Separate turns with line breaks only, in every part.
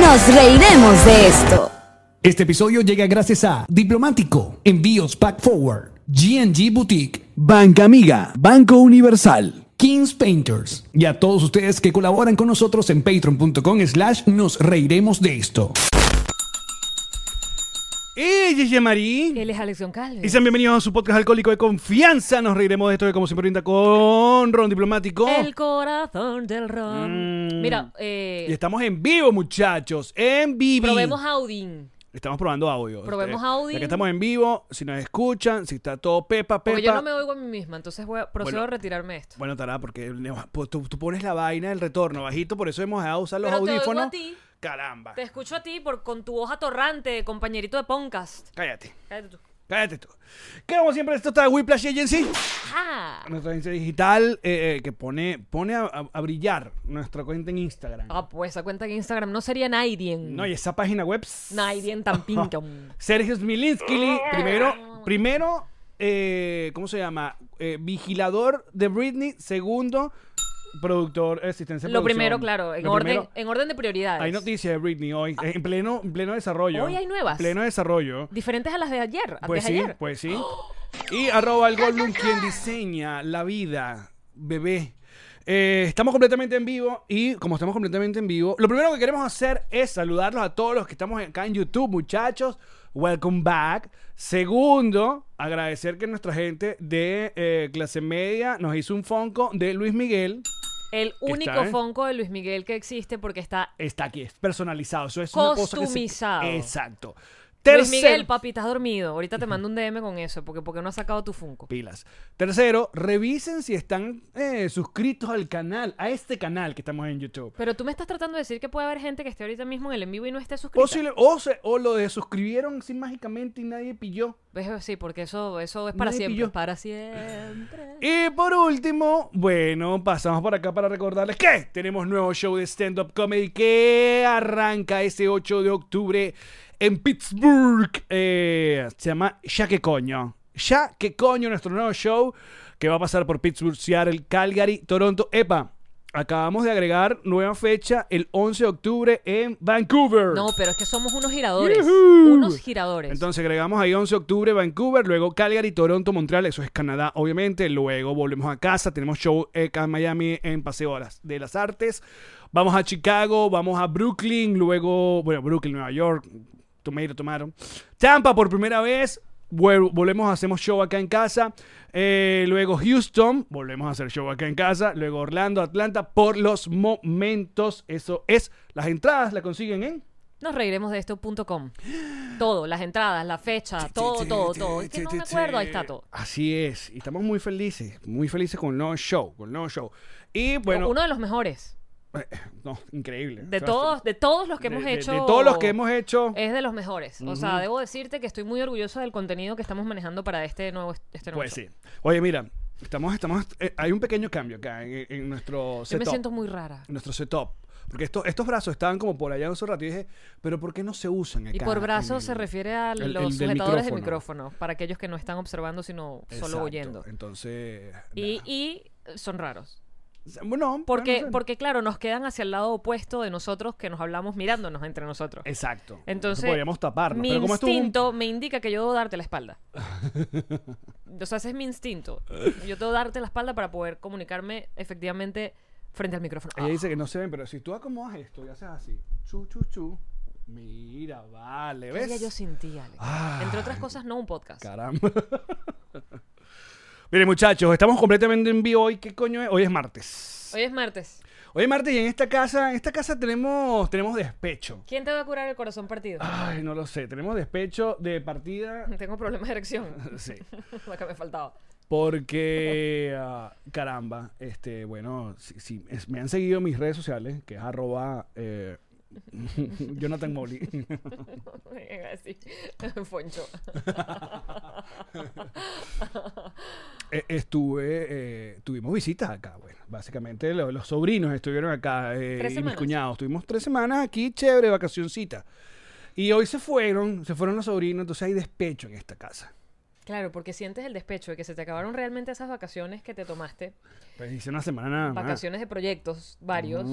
Nos reiremos de esto.
Este episodio llega gracias a Diplomático, Envíos Pack Forward, GNG Boutique,
Banca Amiga, Banco Universal.
Kings Painters y a todos ustedes que colaboran con nosotros en patreon.com slash nos reiremos de esto.
Ella es Yamari.
Él es Alexion Calves.
Y sean bienvenidos a su podcast alcohólico de confianza. Nos reiremos de esto que como siempre brinda con Ron Diplomático.
El corazón del ron. Mira, eh,
Mm. Y estamos en vivo, muchachos. En vivo.
probemos Audin.
Estamos probando audio.
Probemos
Este,
audio.
Ya que estamos en vivo, si nos escuchan, si está todo pepa, pepa.
Porque yo no me oigo a mí misma, entonces voy a, procedo
Bueno.
a retirarme esto.
Bueno, Tará, porque le- pues, tú, tú pones la vaina del retorno bajito, por eso hemos dejado de usar los
Pero te oigo
audífonos.
a ti.
Caramba.
Te escucho a ti por, con tu voz atorrante, compañerito de podcast.
Cállate.
Cállate tú.
Cállate tú. Que como siempre, esto está Whiplash Agency.
Ajá.
Nuestra agencia digital eh, eh, que pone, pone a, a- a brillar nuestra cuenta en Instagram.
Ah, pues esa cuenta que Instagram no sería Nairien.
No, y esa página web.
Nairien tan pinta. un-
Sergio Smilinski,
Ah.
primero, primero eh, ¿cómo se llama? Eh, vigilador de Britney. Segundo, productor, eh, asistencia de
Lo
producción.
primero, claro, en
Lo
orden, eh,
primero,
en orden de prioridades.
hay noticias de Britney hoy, eh, en pleno, en pleno desarrollo.
Hoy hay nuevas.
En pleno desarrollo.
Diferentes a las de ayer, antes
Pues
de
sí,
ayer.
pues sí. Y arroba el Goldblum, quien diseña la vida, bebé. Eh, estamos completamente en vivo y como estamos completamente en vivo, lo primero que queremos hacer es saludarlos a todos los que estamos acá en YouTube, muchachos. Welcome back. Segundo, agradecer que nuestra gente de eh, clase media nos hizo un fonco de Luis Miguel.
El único
está, ¿eh?
fonco de Luis Miguel que existe porque está
Está aquí, es personalizado. Eso es una cosa que se-
Costumizado.
Exacto.
Luis Miguel,
Tercero,
papi, estás dormido. Ahorita te mando un DM con eso, porque porque no has sacado tu Funko.
pilas. Tercero, revisen si están eh, suscritos al canal, a este canal que estamos en YouTube.
Pero tú me estás tratando de decir que puede haber gente que esté ahorita mismo en el en vivo y no esté suscrita.
O, si le- o, se- o lo desuscribieron así mágicamente y nadie pilló.
Eso Pues, eh, Sí, porque eso, eso es para
Nadie
siempre.
pilló.
Para siempre.
Y por último, bueno, pasamos por acá para recordarles que tenemos nuevo show de stand-up comedy que arranca ese 8 de octubre en Pittsburgh. Eh, se llama Ya que coño. Ya que coño, nuestro nuevo show que va a pasar por Pittsburgh, Seattle, Calgary, Toronto. Epa, acabamos de agregar nueva fecha el 11 de octubre en Vancouver.
No, pero es que somos unos giradores.
Yujú.
Unos giradores.
Entonces agregamos ahí 11 de octubre Vancouver, luego Calgary, Toronto, Montreal, eso es Canadá, obviamente. Luego volvemos a casa, tenemos show eh, acá en Miami en Paseo de las- de las Artes. Vamos a Chicago, vamos a Brooklyn, luego, bueno, Brooklyn, Nueva York, tomaron, tomaron. Tampa por primera vez, vuel- volvemos, hacemos show acá en casa. Eh, luego Houston, volvemos a hacer show acá en casa. Luego Orlando, Atlanta, por los momentos. Eso es, las entradas la consiguen en...
Nos reiremos de esto.com. Todo, las entradas, la fecha, todo, todo, todo. Es que no me acuerdo, ahí está todo.
Así es, y estamos muy felices, muy felices con el nuevo show, con el nuevo show. Y bueno,
Uno de los mejores.
eh, no, increíble.
De
O sea,
todos, de todos los que
de-
hemos
de-
hecho.
De, todos los que hemos hecho.
Es de los mejores. O sea, debo decirte que estoy muy orgulloso del contenido que estamos manejando para este nuevo. Este nuevo
pues
show.
sí. Oye, mira, estamos, estamos, eh, hay un pequeño cambio acá en, en nuestro
Yo
setup.
me siento muy rara.
en Nuestro setup. Porque estos, estos brazos estaban como por allá en su rato y dije, pero ¿por qué no se usan acá?
Y por brazo
en el-
se refiere a
el- el
los
del
sujetadores de micrófono, para aquellos que no están observando, sino
Exacto.
solo oyendo.
Entonces.
Y, y son raros.
nada. Bueno,
Porque,
bueno, no sé.
porque, claro, nos quedan hacia el lado opuesto de nosotros que nos hablamos mirándonos entre nosotros.
Exacto.
Entonces,
Podríamos taparnos.
mi
pero como esto es un-
instinto me indica que yo debo darte la espalda. o sea, ese es mi instinto. Yo debo darte la espalda para poder comunicarme efectivamente frente al micrófono.
Ella dice que no se ven, pero si tú acomodas esto y haces así, chu, chu, chu, Mira, vale,
¿Qué haría
¿ves?
Ah,
Ah.
yo sin ti, Alex? Entre otras cosas, no un podcast.
Caramba. Miren, muchachos, estamos completamente en vivo hoy. ¿Qué coño es? Hoy es martes.
Hoy es martes.
Hoy es martes y en esta casa, en esta casa tenemos, tenemos despecho.
¿Quién te va a curar el corazón partido?
Ay, no lo sé. Tenemos despecho de partida.
Tengo problemas de erección.
Sí.
Lo que me faltaba.
Porque, ah, caramba, este, bueno, si, si es- me han seguido en mis redes sociales, que es arroba eh, Jonathan Mobley.
Así. Foncho.
Eh, Estuve, eh, tuvimos visitas acá, bueno, básicamente lo- los sobrinos estuvieron acá eh,
Tres
y mis
semanas.
cuñados. Tuvimos tres semanas aquí, chévere, vacacioncita. Y hoy se fueron, se fueron los sobrinos, entonces hay despecho en esta casa.
Claro, porque sientes el despecho de que se te acabaron realmente esas vacaciones que te tomaste.
Pues hice una semana nada más.
vacaciones de proyectos, varios,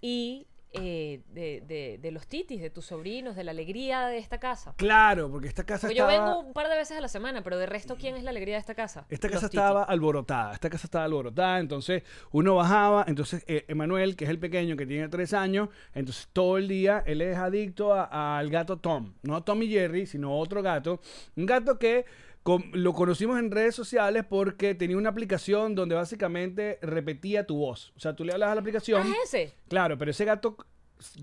y eh, de, de- de los titis, de tus sobrinos, de la alegría de esta casa.
Claro, porque esta casa
Pues yo
estaba...
vengo un par de veces a la semana, pero de resto, ¿quién es la alegría de esta casa?
Esta
Los
casa
titis. Ah,
estaba alborotada, esta casa estaba alborotada, entonces uno bajaba, entonces eh, Emanuel, que es el pequeño, que tiene tres años, entonces todo el día él es adicto a- al gato Tom, no Tom y Jerry, sino otro gato, un gato que com- lo conocimos en redes sociales porque tenía una aplicación donde básicamente repetía tu voz, o sea, tú le hablas a la aplicación,
Ah, es ese.
claro, pero ese gato,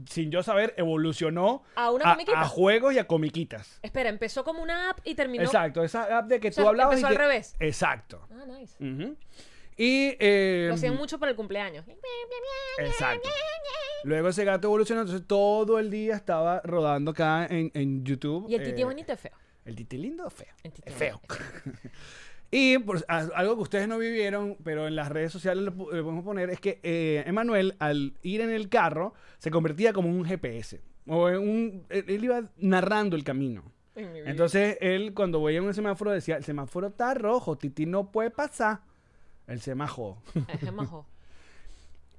sin yo saber, evolucionó
A una comiquita.
a juegos y a comiquitas.
Espera, empezó como una app y terminó.
Exacto, esa app de que
O sea,
tú hablabas y
empezó al
que-
revés.
Exacto.
Ah, nice.
Ujú. Y. eh,
Lo hacían mucho para el cumpleaños.
Exacto. Luego ese gato evolucionó, entonces todo el día estaba rodando acá en, en YouTube.
Y el titi
eh,
bonito es feo.
El titi lindo o feo.
El titi
Es feo. y por- a- algo que ustedes no vivieron, pero en las redes sociales lo, pu- lo podemos poner, es que eh, Emanuel, al ir en el carro, se convertía como un GPS. O en un, él él iba narrando el camino.
Ay, mi vida.
Entonces él cuando veía un semáforo decía, el semáforo está rojo, Titi no puede pasar. El semáforo.
Ah, Es majo.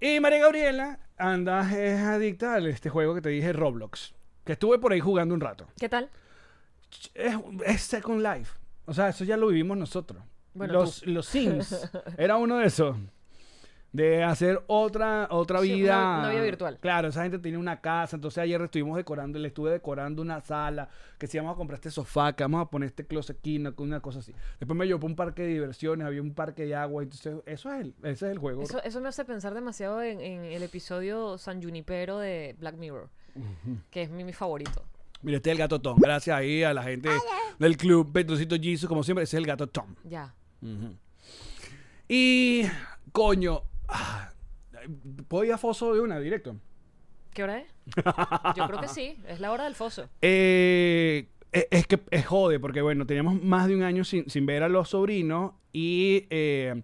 Y María Gabriela anda, es adicta a este juego que te dije, Roblox. Que estuve por ahí jugando un rato.
¿Qué tal?
Ch- Es, es Second Life. O sea, eso ya lo vivimos nosotros.
Bueno,
los, los Sims. Era uno de esos. De hacer otra, otra
Sí,
vida.
una- una vida virtual.
Claro, esa gente tiene una casa. Entonces ayer estuvimos decorando, le estuve decorando una sala. Que si vamos a comprar este sofá, que vamos a poner este closet aquí, una, una cosa así. Después me llevó para un parque de diversiones, había un parque de agua. Entonces, eso es el, ese es el juego.
Eso, eso me hace pensar demasiado en, en el episodio San Junipero de Black Mirror, que es mi, mi favorito.
Mira, este es el gato Tom. Gracias ahí a la gente del club Petrocito Jesus, como siempre, ese es el gato Tom.
Ya.
Y, coño, ah, ¿puedo ir a Foso de una directo?
¿Qué hora es? Yo creo que sí, es la hora del foso.
Eh, e- es que es jode, porque bueno, teníamos más de un año sin, sin ver a los sobrinos y eh,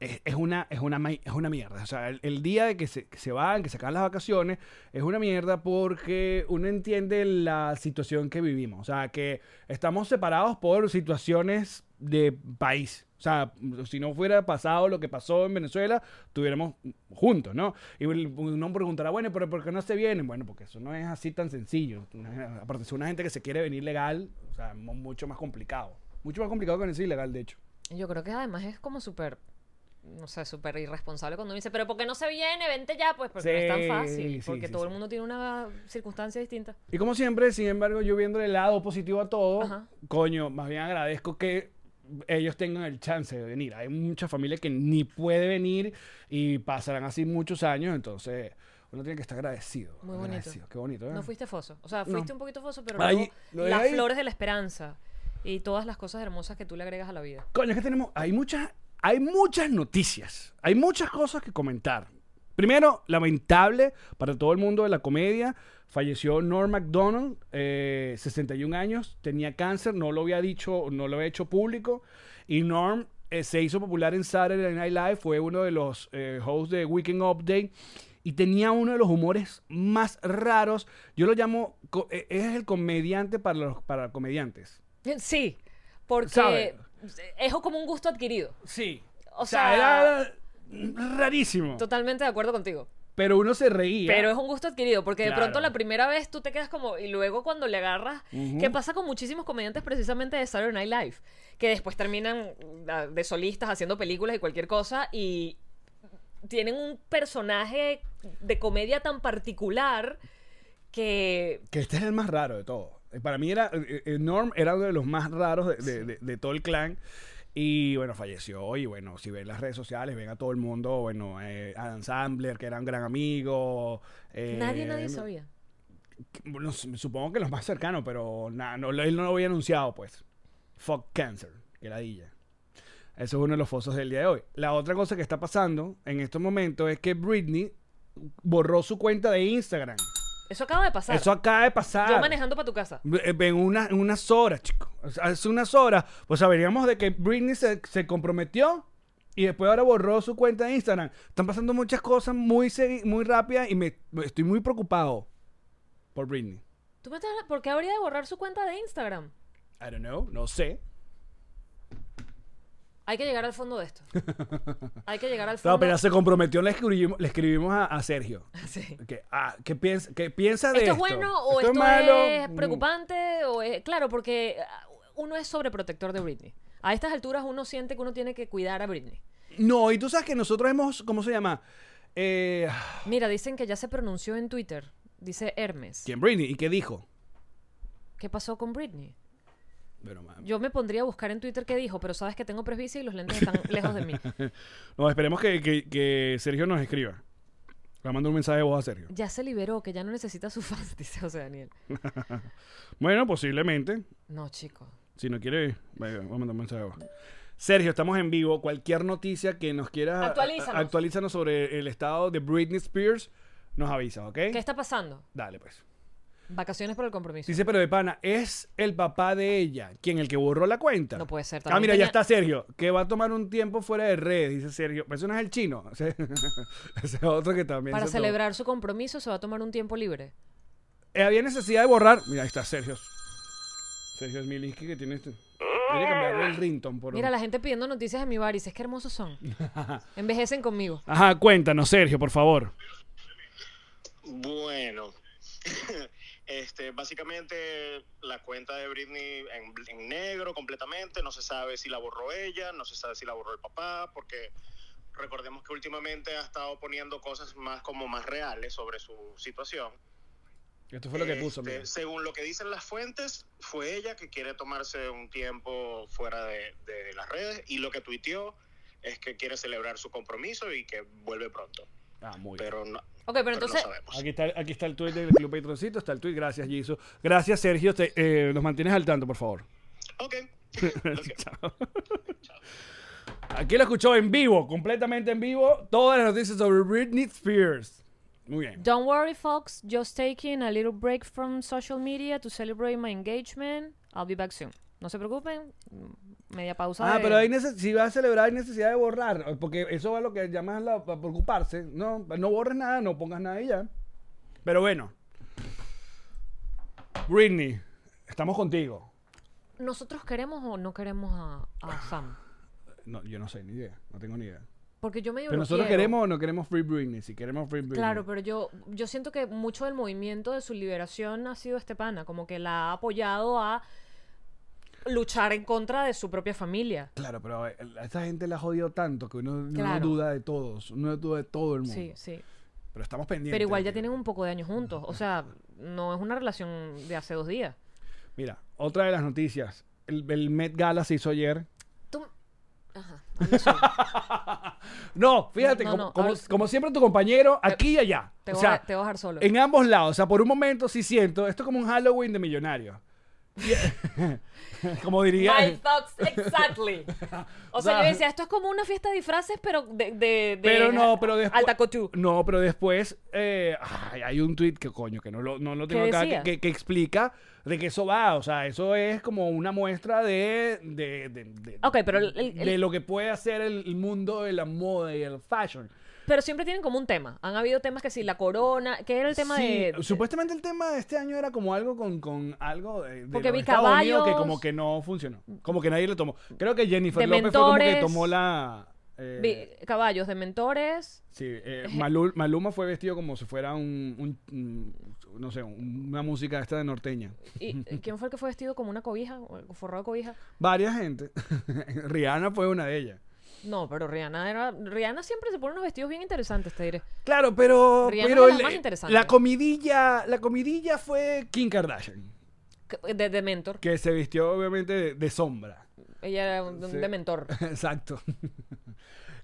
es, es una, es, una, mai- es una mierda. O sea, el, el día de que se, que se van, que se acaban las vacaciones, es una mierda porque uno entiende la situación que vivimos. O sea, que estamos separados por situaciones de país. O sea, si no fuera pasado lo que pasó en Venezuela, estuviéramos juntos, ¿no? Y el- uno preguntará, bueno, pero ¿por qué no se vienen? Bueno, porque eso no es así tan sencillo. Una- Aparte, es una gente que se quiere venir legal, o sea, mu- mucho más complicado. Mucho más complicado que venirse ilegal, de hecho.
Yo creo que además es como súper, no sé, súper irresponsable cuando uno dice, pero ¿por qué no se viene? Vente ya, pues, porque no es
Sí,
tan fácil,
sí,
porque
sí,
todo
sí.
el mundo tiene una circunstancia distinta.
Y como siempre, sin embargo, yo viendo el lado positivo a todo,
Ajá.
coño, más bien agradezco que ellos tengan el chance de venir. Hay mucha familia que ni puede venir y pasarán así muchos años, entonces uno tiene que estar agradecido.
Muy bonito.
agradecido. Qué bonito, ¿eh?
No fuiste foso, o sea, fuiste
No.
un poquito foso, pero
Ahí, lo
luego
dejé
las
ahí.
flores de la esperanza y todas las cosas hermosas que tú le agregas a la vida.
Coño, es que tenemos, hay muchas, hay muchas noticias, hay muchas cosas que comentar. Primero, lamentable para todo el mundo de la comedia, falleció Norm MacDonald, eh, 61 años, tenía cáncer, no lo había dicho, no lo había hecho público, y Norm eh, se hizo popular en Saturday Night Live, fue uno de los eh, hosts de Weekend Update, y tenía uno de los humores más raros, yo lo llamo, co- eh, es el comediante para los para comediantes.
Sí, porque
¿Sabe?
es como un gusto adquirido.
Sí.
O sea,
era rarísimo.
Totalmente de acuerdo contigo.
Pero uno se reía.
Pero es un gusto adquirido, porque de
Claro.
pronto la primera vez tú te quedas como. Y luego cuando le agarras. Que pasa con muchísimos comediantes precisamente de Saturday Night Live. Que después terminan ah, de solistas haciendo películas y cualquier cosa. Y tienen un personaje de comedia tan particular que
Que este es el más raro de todo. Eh, Para mí era, eh, eh, Norm era uno de los más raros de, de- de- de todo el clan. Y bueno, falleció. Y bueno, si ven las redes sociales, ven a todo el mundo. Bueno, eh, Adam Sandler, que era un gran amigo. eh,
nadie, nadie sabía.
bueno, su- supongo que los más cercanos, pero na- no, lo- él no lo había anunciado, pues. Fuck cancer, que la dilla. Eso es uno de los fosos del día de hoy. La otra cosa que está pasando en estos momentos es que Britney borró su cuenta de Instagram.
Eso acaba de pasar.
Eso acaba de pasar.
Yo manejando para tu casa.
Eh, En, una- en unas horas, chicos. Hace unas horas. Pues sabríamos de que Britney se, se comprometió y después ahora borró su cuenta de Instagram. Están pasando muchas cosas muy, segui- muy rápidas y me, me estoy muy preocupado por Britney.
¿Tú me estás... ¿Por qué habría de borrar su cuenta de Instagram?
I don't know, no sé.
Hay que llegar al fondo de esto. Hay que llegar al fondo.
No, pero ya se comprometió, le escribimos, le escribimos a, a Sergio.
Sí.
Que, ah, ¿qué, piensa, ¿Qué piensa de
¿Esto
esto?
es bueno o esto, es
Mm.
preocupante? O es- Claro, porque ah, uno es sobreprotector de Britney. A estas alturas uno siente que uno tiene que cuidar a Britney.
No, y tú sabes que nosotros hemos, ¿cómo se llama? Eh,
Mira, dicen que ya se pronunció en Twitter. Dice Hermes.
¿Quién Britney? ¿Y qué dijo?
¿Qué pasó con Britney?
Pero, man,
Yo me pondría a buscar en Twitter qué dijo, pero sabes que tengo presbicia y los lentes están lejos de mí.
no, esperemos que, que- que Sergio nos escriba. Le mando un mensaje de voz a Sergio.
Ya se liberó, que ya no necesita su fans, dice José Daniel.
Bueno, posiblemente.
No, chico.
Si no quiere, vaya, voy a mandar un mensaje de voz. Sergio, estamos en vivo. Cualquier noticia que nos quieras
Actualízanos.
a- actualízanos sobre el estado de Britney Spears, nos avisa, ¿ok?
¿Qué está pasando?
Dale, pues.
Vacaciones por el compromiso.
Dice, pero de pana, es el papá de ella quien el que borró la cuenta.
No puede ser,
Ah,
también
mira, ya
tenía-
está Sergio, que va a tomar un tiempo fuera de redes, dice Sergio. Pero eso no es el chino. Ese ese es otro que también.
Para
se tomó.
celebrar su compromiso se va a tomar un tiempo libre.
Eh, había necesidad de borrar. Mira, ahí está Sergio. Sergio Smilinski que tiene esto. Tiene que cambiarle el rington por
Mira, la gente pidiendo noticias en mi bar y dice, es que hermosos son. Envejecen conmigo.
Ajá, cuéntanos, Sergio, por favor.
Bueno, este, básicamente la cuenta de Britney en, bl- en negro completamente, no se sabe si la borró ella, no se sabe si la borró el papá, porque recordemos que últimamente ha estado poniendo cosas más como más reales sobre su situación.
Esto fue lo que puso,
Este,
mira.
Según lo que dicen las fuentes, fue ella que quiere tomarse un tiempo fuera de, de las redes y lo que tuiteó es que quiere celebrar su compromiso y que vuelve pronto,
Ah, muy bien.
pero no,
Ok, pero
pero no
entonces,
sabemos.
Aquí está, aquí está el tuit del Club Patroncito, está el tuit. Gracias, Giso. Gracias, Sergio. Te- eh, nos mantienes al tanto, por favor.
Ok.
Aquí lo escuchó en vivo, completamente en vivo, todas las noticias sobre Britney Spears. Muy bien.
don't worry, folks. Just taking a little break from social media to celebrate my engagement. I'll be back soon. No se preocupen. mm, Media pausa.
Ah,
de-
pero hay neces- si vas a celebrar hay necesidad de borrar, porque eso va a lo que llamas la a preocuparse. No, no borres nada, no pongas nada y ya. Pero bueno. Britney, estamos contigo.
¿Nosotros queremos o no queremos a, a
Ah.
Sam?
No, yo no sé, ni idea, no tengo ni idea.
Porque yo medio
Pero
lo
nosotros
quiero.
queremos o no queremos Free Britney, si queremos Free Britney.
Claro, pero yo, yo siento que mucho del movimiento de su liberación ha sido este pana, como que la ha apoyado a luchar en contra de su propia familia.
Claro, pero a, ver, a esa gente la ha jodido tanto que uno, uno
Claro.
duda de todos, uno duda de todo el mundo.
Sí, sí.
Pero estamos pendientes.
Pero igual ya
de-
tienen un poco de años juntos. O sea, no es una relación de hace dos días.
Mira, otra de las noticias. El, el Met Gala se hizo ayer.
Tú... Ajá. hazlo así.
No, fíjate,
No,
como,
no,
como-
ahora-
como siempre tu compañero, aquí y allá.
Te,
o
voy
sea,
a, te voy a dejar solo.
en ambos lados. O sea, por un momento sí siento, esto es como un Halloween de millonarios. como diría...
My thoughts exactly. O sea, yo decía, esto es como una fiesta de disfraces, pero de, de- de
Pero no, pero después...
alta couture.
No, pero después eh, ay, hay un tweet que coño, que no lo, no lo tengo
¿Qué
acá, que,
decía?
que- que explica de que eso va. O sea, eso es como una muestra de... de, de- de-
Ok, pero el- el-
de lo que puede hacer el el mundo de la moda y el fashion.
Pero siempre tienen como un tema. Han habido temas que sí, la corona, que era el este tema
Sí,
de...
Supuestamente el tema de este año era como algo con, con algo de, de
Porque
los
vi
Estados Unidos que
caballos.
como que no funcionó. Como que nadie lo tomó. Creo que Jennifer
De
López fue como que
mentores.
tomó la... eh,
Vi- caballos de mentores.
sí, eh, Malul- Maluma fue vestido como si fuera un... un- un- no sé, un- una música esta de norteña.
¿Y y quién fue el que fue vestido como una cobija? o Forrado de cobija.
Varias gente. Rihanna fue una de ellas.
No, pero Rihanna era. Rihanna siempre se pone unos vestidos bien interesantes, te diré.
Claro, pero,
Rihanna
pero
era la
el- eh,
más interesante.
la comidilla, la comidilla fue Kim Kardashian,
Que- De, de mentor.
que se vistió obviamente de, de sombra.
Ella era un-
Sí.
de mentor.
Exacto.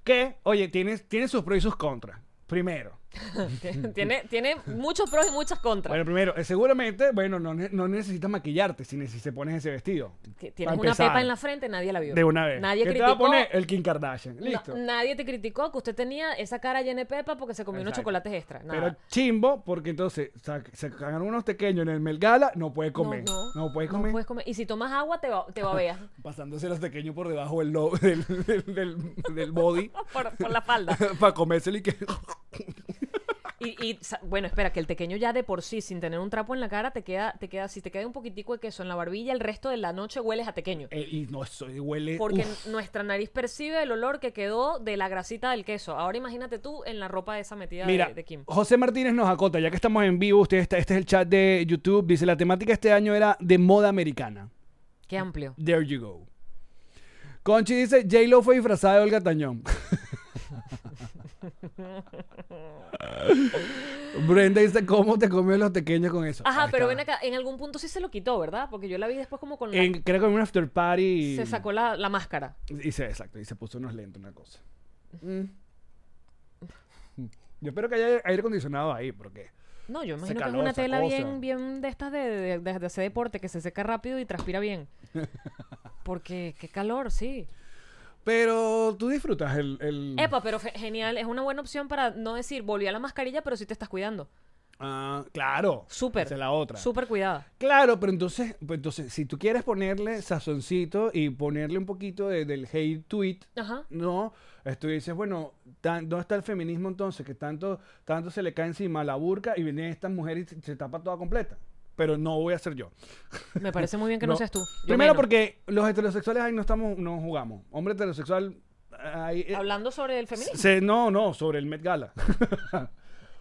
que, oye, tiene, tiene sus pros y sus contras. Primero.
tiene, tiene muchos pros y muchas contras.
Bueno, primero, eh, seguramente, bueno, no, ne- no necesitas maquillarte si, ne- si se pones ese vestido.
Que
Pa'
tienes una
empezar.
pepa en la frente, nadie la vio.
De una vez.
Nadie
¿Qué
criticó.
te va a poner? El Kim Kardashian.
na-
Listo.
nadie te criticó que usted tenía esa cara llena de pepa porque se comió unos
Exacto.
chocolates extra. Nada.
Pero chimbo, porque entonces sa- se cagan unos pequeños en el Melgala, no puede comer. No,
No,
puede comer.
puedes comer. Y si tomas agua, te, ba- te babeas.
Pasándose los pequeños por debajo del, lo- del, del, del- del body
por, por la falda.
para comérselo y que.
Y, y, sa- bueno, espera, que el pequeño ya de por sí, sin tener un trapo en la cara, te queda, te queda, si te queda un poquitico de queso en la barbilla, el resto de la noche hueles a pequeño.
Eh, y no, eso huele.
Porque
Eh, uf.
nuestra nariz percibe el olor que quedó de la grasita del queso. Ahora imagínate tú en la ropa esa metida de-
Mira,
de, Kim.
José Martínez nos acota, ya que estamos en vivo, usted está, este es el chat de YouTube, dice, la temática este año era de moda americana.
Qué amplio.
There you go. Conchi dice, J-Lo fue disfrazada de Olga Tañón. Brenda dice, ¿cómo te comió los pequeños con eso?
Ajá,
Ahí
pero
está.
ven acá, en algún punto sí se lo quitó, ¿verdad? Porque yo la vi después como con la-
En- creo que en un after party...
se sacó la, la máscara.
Y se, exacto, y se puso unos lentes, una cosa.
Mm.
Yo espero que haya aire acondicionado ahí, porque...
No, yo
Se
imagino que
caló
es una
esa
tela
cosa.
bien, bien de estas de, de, de- de hacer deporte, que se seca rápido y transpira bien. Porque qué calor, sí.
Pero tú disfrutas el... el-
Epa, pero fe- genial, es una buena opción para no decir volví a la mascarilla, pero sí te estás cuidando.
Ah, claro.
Súper.
Esa es la otra.
Súper cuidada.
Claro, pero entonces, pues entonces, si tú quieres ponerle sazoncito y ponerle un poquito de- del hate tweet,
Ajá.
no, Eh, tú dices, bueno, tan- ¿dónde está el feminismo entonces? Que tanto, tanto se le cae encima la burca y viene esta mujer y se, se tapa toda completa. Pero no voy a ser yo.
Me parece muy bien que no, seas tú. Yo
Primero
menos.
porque los heterosexuales ahí no estamos, no jugamos. Hombre heterosexual, ahí, eh,
Hablando sobre el feminismo.
se- no, no, sobre el Met Gala.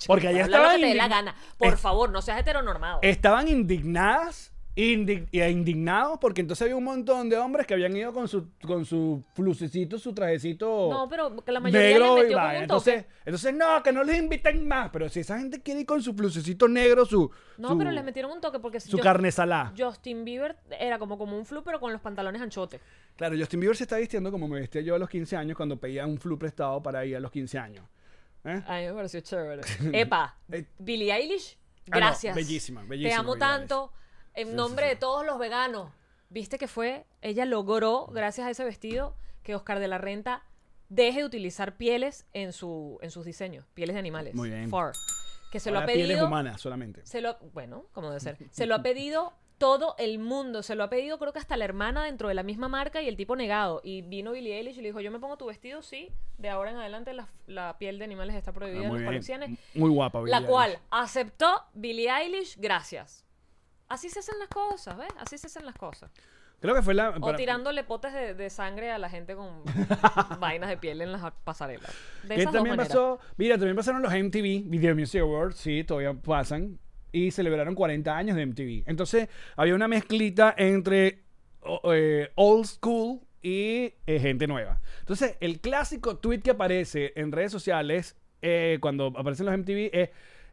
porque allá
Habla lo
estaba Eh,
que te dé la
indign-
gana. Por
es-
favor, no seas heteronormado.
estaban indignadas indi- e indignados porque entonces había un montón de hombres que habían ido con su con su flusecito, su trajecito
No, pero que la mayoría
negro
le
y
metió como
vaina.
un toque.
entonces, entonces no, que no les inviten más, pero si esa gente quiere ir con su flusecito negro, su
no,
su-
pero les metieron un toque porque
su
Just-
carne salada.
Justin Bieber era como, como un flu, pero con los pantalones anchotes.
Claro, Justin Bieber se está vistiendo como me vestía yo a los 15 años cuando pedía un flu prestado para ir a los 15 años. ¿Eh?
A mí me pareció chévere. Epa,
Eh,
Billie Eilish,
ah, no,
gracias.
bellísima, bellísima
Te amo
Billie Eilish.
tanto. En nombre de todos los veganos. Viste que fue, ella logró, gracias a ese vestido, que Oscar de la Renta deje de utilizar pieles en, su, en sus diseños, pieles de animales.
Muy bien.
Fur. que se lo ha
Ahora
pedido.
pieles humanas solamente.
Se lo, bueno, como debe ser. Se lo ha pedido todo el mundo. Se lo ha pedido, creo que hasta la hermana dentro de la misma marca y el tipo negado. Y vino Billie Eilish y le dijo: Yo me pongo tu vestido, sí. De ahora en adelante la, la piel de animales está
Ah,
prohibida en las
muy, bien.
colecciones.
muy guapa Billie
La cual
Eilish.
aceptó Billie Eilish, gracias. Así se hacen las cosas, ¿ves? Así se hacen las cosas.
Creo que fue la
O
para-
tirándole potes de, de sangre a la gente con vainas de piel en las pasarelas. De
Que
esas dos
también
maneras.
pasó, mira, también pasaron los MTV Video Music Awards, sí, todavía pasan, y celebraron 40 años de MTV. Entonces, había una mezclita entre o- eh, old school y eh, gente nueva. Entonces, el clásico tweet que aparece en redes sociales eh, cuando aparecen los MTV es,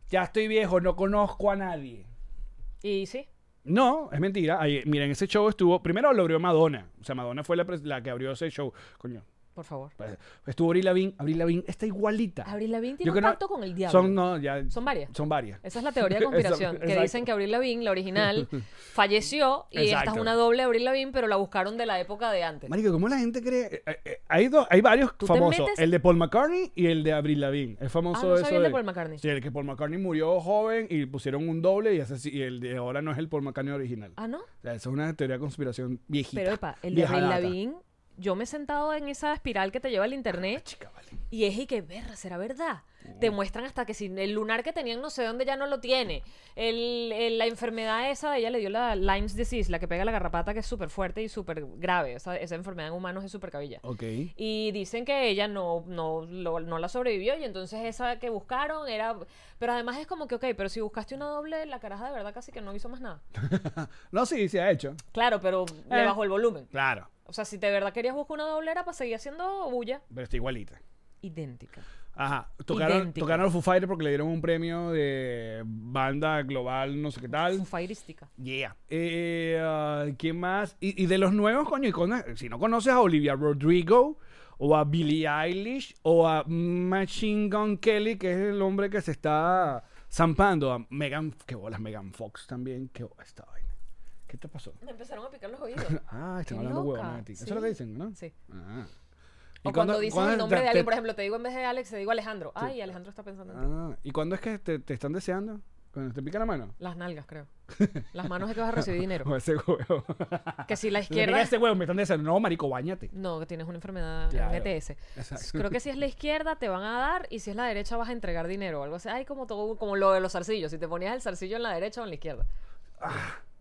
ya estoy viejo, no conozco a nadie.
Y sí.
No, es mentira. Ahí, miren, ese show estuvo, primero lo abrió Madonna, o sea, Madonna fue la, pres- la que abrió ese show, coño.
Por favor.
Pues, estuvo Avril Lavigne, Avril Lavigne está igualita.
Abril Lavigne
Yo
tiene un
creo-
pacto con el diablo.
Son, no, ya-
Son varias. Este.
Son varias.
Esa es la teoría de conspiración,
Eso,
que
exacto.
dicen que Abril Lavigne, la original, falleció y esta es
Exacto.
una doble Abril Lavigne, pero la buscaron de la época de antes.
Marico, ¿cómo la gente cree? Eh, eh, eh, hay, dos, hay varios
Tú te
famosos.
metes-
El de Paul McCartney y el de Avril Lavigne. Es famoso
Ah, no sabía
eso
el de Paul McCartney.
Sí, el que Paul McCartney murió joven y pusieron un doble y, ese sí- y el de ahora no es el Paul McCartney original.
Ah, ¿no?
O sea, esa es una teoría de conspiración viejita.
Pero epa, el de
vieja
Abril
data.
Lavigne, yo me he sentado en esa espiral que te lleva al internet
Ah, Chica, vale.
y es y que verra, será verdad. Te muestran hasta que si el lunar que tenían no sé dónde ya no lo tiene. El- el- la enfermedad esa de ella le dio la Lyme's disease, la que pega la garrapata que es súper fuerte y súper grave. Esa, esa enfermedad en humanos es súper cabilla.
Ok.
Y dicen que ella no, no, lo- no la sobrevivió y entonces esa que buscaron era... Pero además es como que, ok, pero si buscaste una doble, la caraja de verdad casi que no hizo más nada.
No, sí, se ha hecho.
Claro, pero le
Eh.
bajó el volumen.
Claro.
O sea, si de verdad querías buscar una doblera para seguir haciendo bulla,
Pero está igualita.
idéntica.
Ajá. Tocaron,
Idéntica.
tocaron a los Foo Fighters porque le dieron un premio de banda global, no sé qué tal.
Fufairística.
Yeah. Eh, ah, ¿Quién más? Y, y de los nuevos, coño, y con- si no conoces a Olivia Rodrigo o a Billie Eilish o a Machine Gun Kelly, que es el hombre que se está zampando, a Megan, qué bolas, Megan Fox también, qué bolas esta vaina. ¿Qué te pasó?
Me empezaron a picar los oídos.
Ah,
Qué
están hablando
loca,
huevonas a ti. Eso es lo que
sí.
dicen, ¿no?
Sí.
Ah.
O
¿Y
cuando,
cuándo-
dices
cuándo
el nombre
te-
de alguien,
te-
por ejemplo, te digo en vez de Alex, te digo Alejandro. Ay, Alejandro está pensando en ti.
Ah, ¿Y cuándo es que te, te están deseando? ¿Cuando te pica la mano?
Las nalgas, creo. Las manos es que vas a recibir dinero.
O ese huevo.
Que si la
Te pica
izquierda.
ese huevo, me están deseando. No, marico, bañate.
No, que tienes una enfermedad,
Claro.
un ETS.
Exacto.
Creo que si es la izquierda te van a dar y si es la derecha vas a entregar dinero o algo así. Ay, como todo, como lo de los zarcillos. Si te ponías el zarcillo en la derecha o en la izquierda.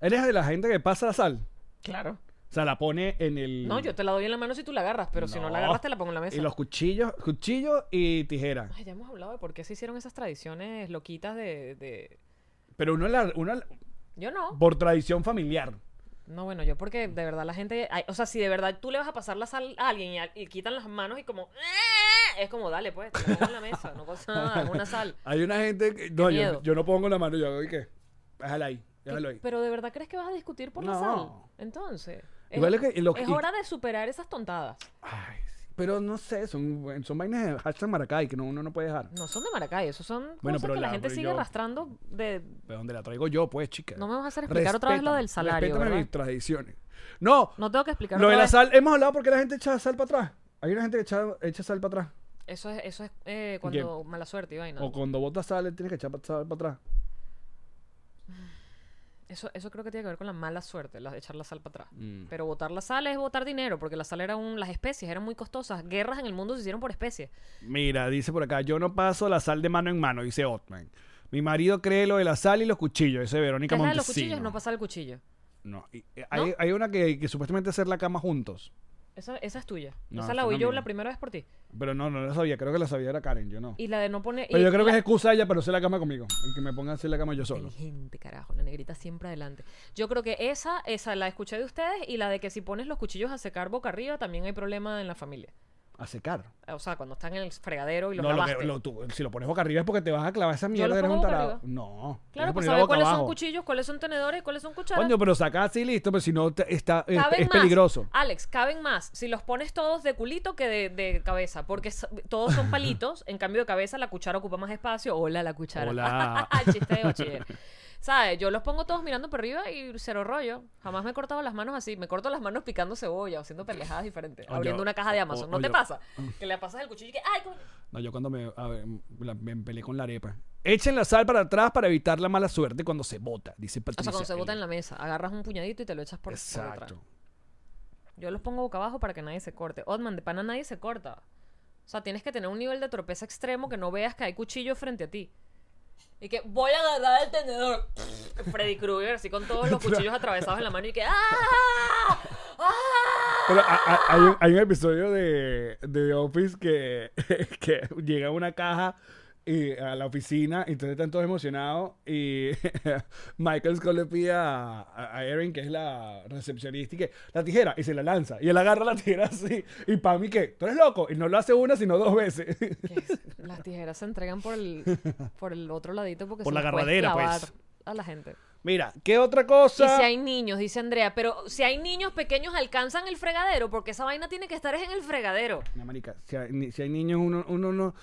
¿Eres de la gente que pasa la sal?
Claro.
O sea, la pone en el.
No, yo te la doy en la mano si tú la agarras, pero si no la agarras te la pongo en la mesa.
Y los cuchillos, cuchillos y tijera.
Ay, ya hemos hablado de por qué se hicieron esas tradiciones loquitas de... de-
Pero uno, la, uno la-
Yo no.
por tradición familiar.
No, bueno, yo porque de verdad la gente... ay, o sea, si de verdad tú le vas a pasar la sal a alguien y, a- y quitan las manos y como... "Eh", Es como, dale, pues, te la pongo en la mesa. No pasa nada, es una sal.
Hay una gente que. No, yo,
miedo.
yo no pongo la mano, yo hago ¿y qué? Déjala ahí, déjalo ahí.
Pero de verdad crees que vas a discutir por la
No.
sal. Entonces... Es,
Igual es que lo-
es
y-
hora de superar esas tontadas.
Ay, sí. Pero no sé, son, son vainas de hashtag Maracay que no, uno no puede dejar.
No son de Maracay, eso son
Bueno,
cosas
pero
que la,
la-
gente
pero
sigue
yo-
arrastrando de...
Pero donde la traigo yo, pues, chica.
No me vas a hacer explicar otra vez lo
Respétame,
del salario,
Respétame
¿verdad?
mis tradiciones. No,
No tengo que explicar
lo
otra
de la
vez.
sal, hemos hablado porque la gente echa sal para atrás. Hay una gente que echa, echa sal para atrás.
Eso es, eso es eh, cuando mala suerte y vaina.
O cuando botas sal, tienes que echar pa- sal para atrás.
Eso, eso creo que tiene que ver con la mala suerte, la, echar la sal para atrás.
Mm.
Pero botar la sal es botar dinero, porque la sal era un, las especies eran muy costosas. Guerras en el mundo se hicieron por especies.
Mira, dice por acá, yo no paso la sal de mano en mano, dice Otman. Mi marido cree lo de la sal y los cuchillos, dice
¿Qué
Verónica
es la de
Montesino.
los cuchillos? No pasar el cuchillo.
No, y- eh, Hay, hay una que, que supuestamente hacer la cama juntos,
Esa, esa es tuya.
No,
esa
esa
la oí
no
yo
mía.
la primera vez por ti.
pero no, no la sabía, creo que la sabía era Karen, yo no.
Y la de no poner...
Pero
y-
yo creo
y
que es
la-
excusa de ella para hacer la cama conmigo, y que me ponga a hacer la cama yo solo.
Inteligente, carajo. La negrita siempre adelante. Yo creo que esa, esa la escuché de ustedes y la de que si pones los cuchillos a secar boca arriba también hay problema en la familia.
A secar.
O sea, cuando están en el fregadero y los
No, lo que-
lavaste.
lo- tú- si lo pones boca arriba es porque te vas a clavar esa mierda,
los
eres
pongo
un
boca
tarado.
arriba.
No.
Claro,
tienes
pues
que
saber
ponerla boca
cuáles son
abajo.
cuchillos, cuáles son tenedores y cuáles son cucharas.
Coño, pero saca así listo, pero si no te- está, es,
Caben
Eh, es
más.
peligroso.
Alex, caben más si los pones todos de culito que de, de cabeza, porque s- todos son palitos, en cambio de cabeza la cuchara ocupa más espacio. Hola, la cuchara.
Hola.
Chiste de bachiller. ¿Sabes? Yo los pongo todos mirando para arriba y cero rollo. Jamás me he cortado las manos así. Me corto las manos picando cebolla o haciendo pendejadas diferentes,
Oye,
abriendo una caja de
o-
Amazon.
o- Mm.
¿No
oye.
te pasa? Que le pasas el cuchillo y que, ¡ay! coño!
No, yo cuando me, a ver, la- me peleé con la arepa. Echen la sal para atrás para evitar la mala suerte cuando se bota, dice
O
Patricia.
sea, cuando se bota en la mesa, agarras un puñadito y te lo echas por, por detrás.
Exacto.
Yo los pongo boca abajo para que nadie se corte. Otman, de pana nadie se corta. O sea, tienes que tener un nivel de torpeza extremo que no veas que hay cuchillo frente a ti. Y que voy a agarrar el tenedor. Freddy Krueger, así con todos los cuchillos atravesados en la mano y que ¡Ah! ¡Ah!
Pero a- a- hay, un- hay un episodio de, de The Office que, que llega una caja y, a la oficina y entonces están todos emocionados y Michael Scott le pide a, a- a Erin, que es la recepcionista, y que la tijera y se la lanza. Y él agarra la tijera así y para mí que, tú eres loco. Y no lo hace una, sino dos veces.
Que es- las tijeras se entregan por el, por el otro ladito porque
Por
se
la
las puedes
agarradera,
clavar
pues.
a la gente.
Mira, ¿qué otra cosa?
y si hay niños, dice Andrea, pero si hay niños pequeños alcanzan el fregadero porque esa vaina tiene que estar es en el fregadero.
No, marica, si hay, ni- si hay niños, uno, uno no...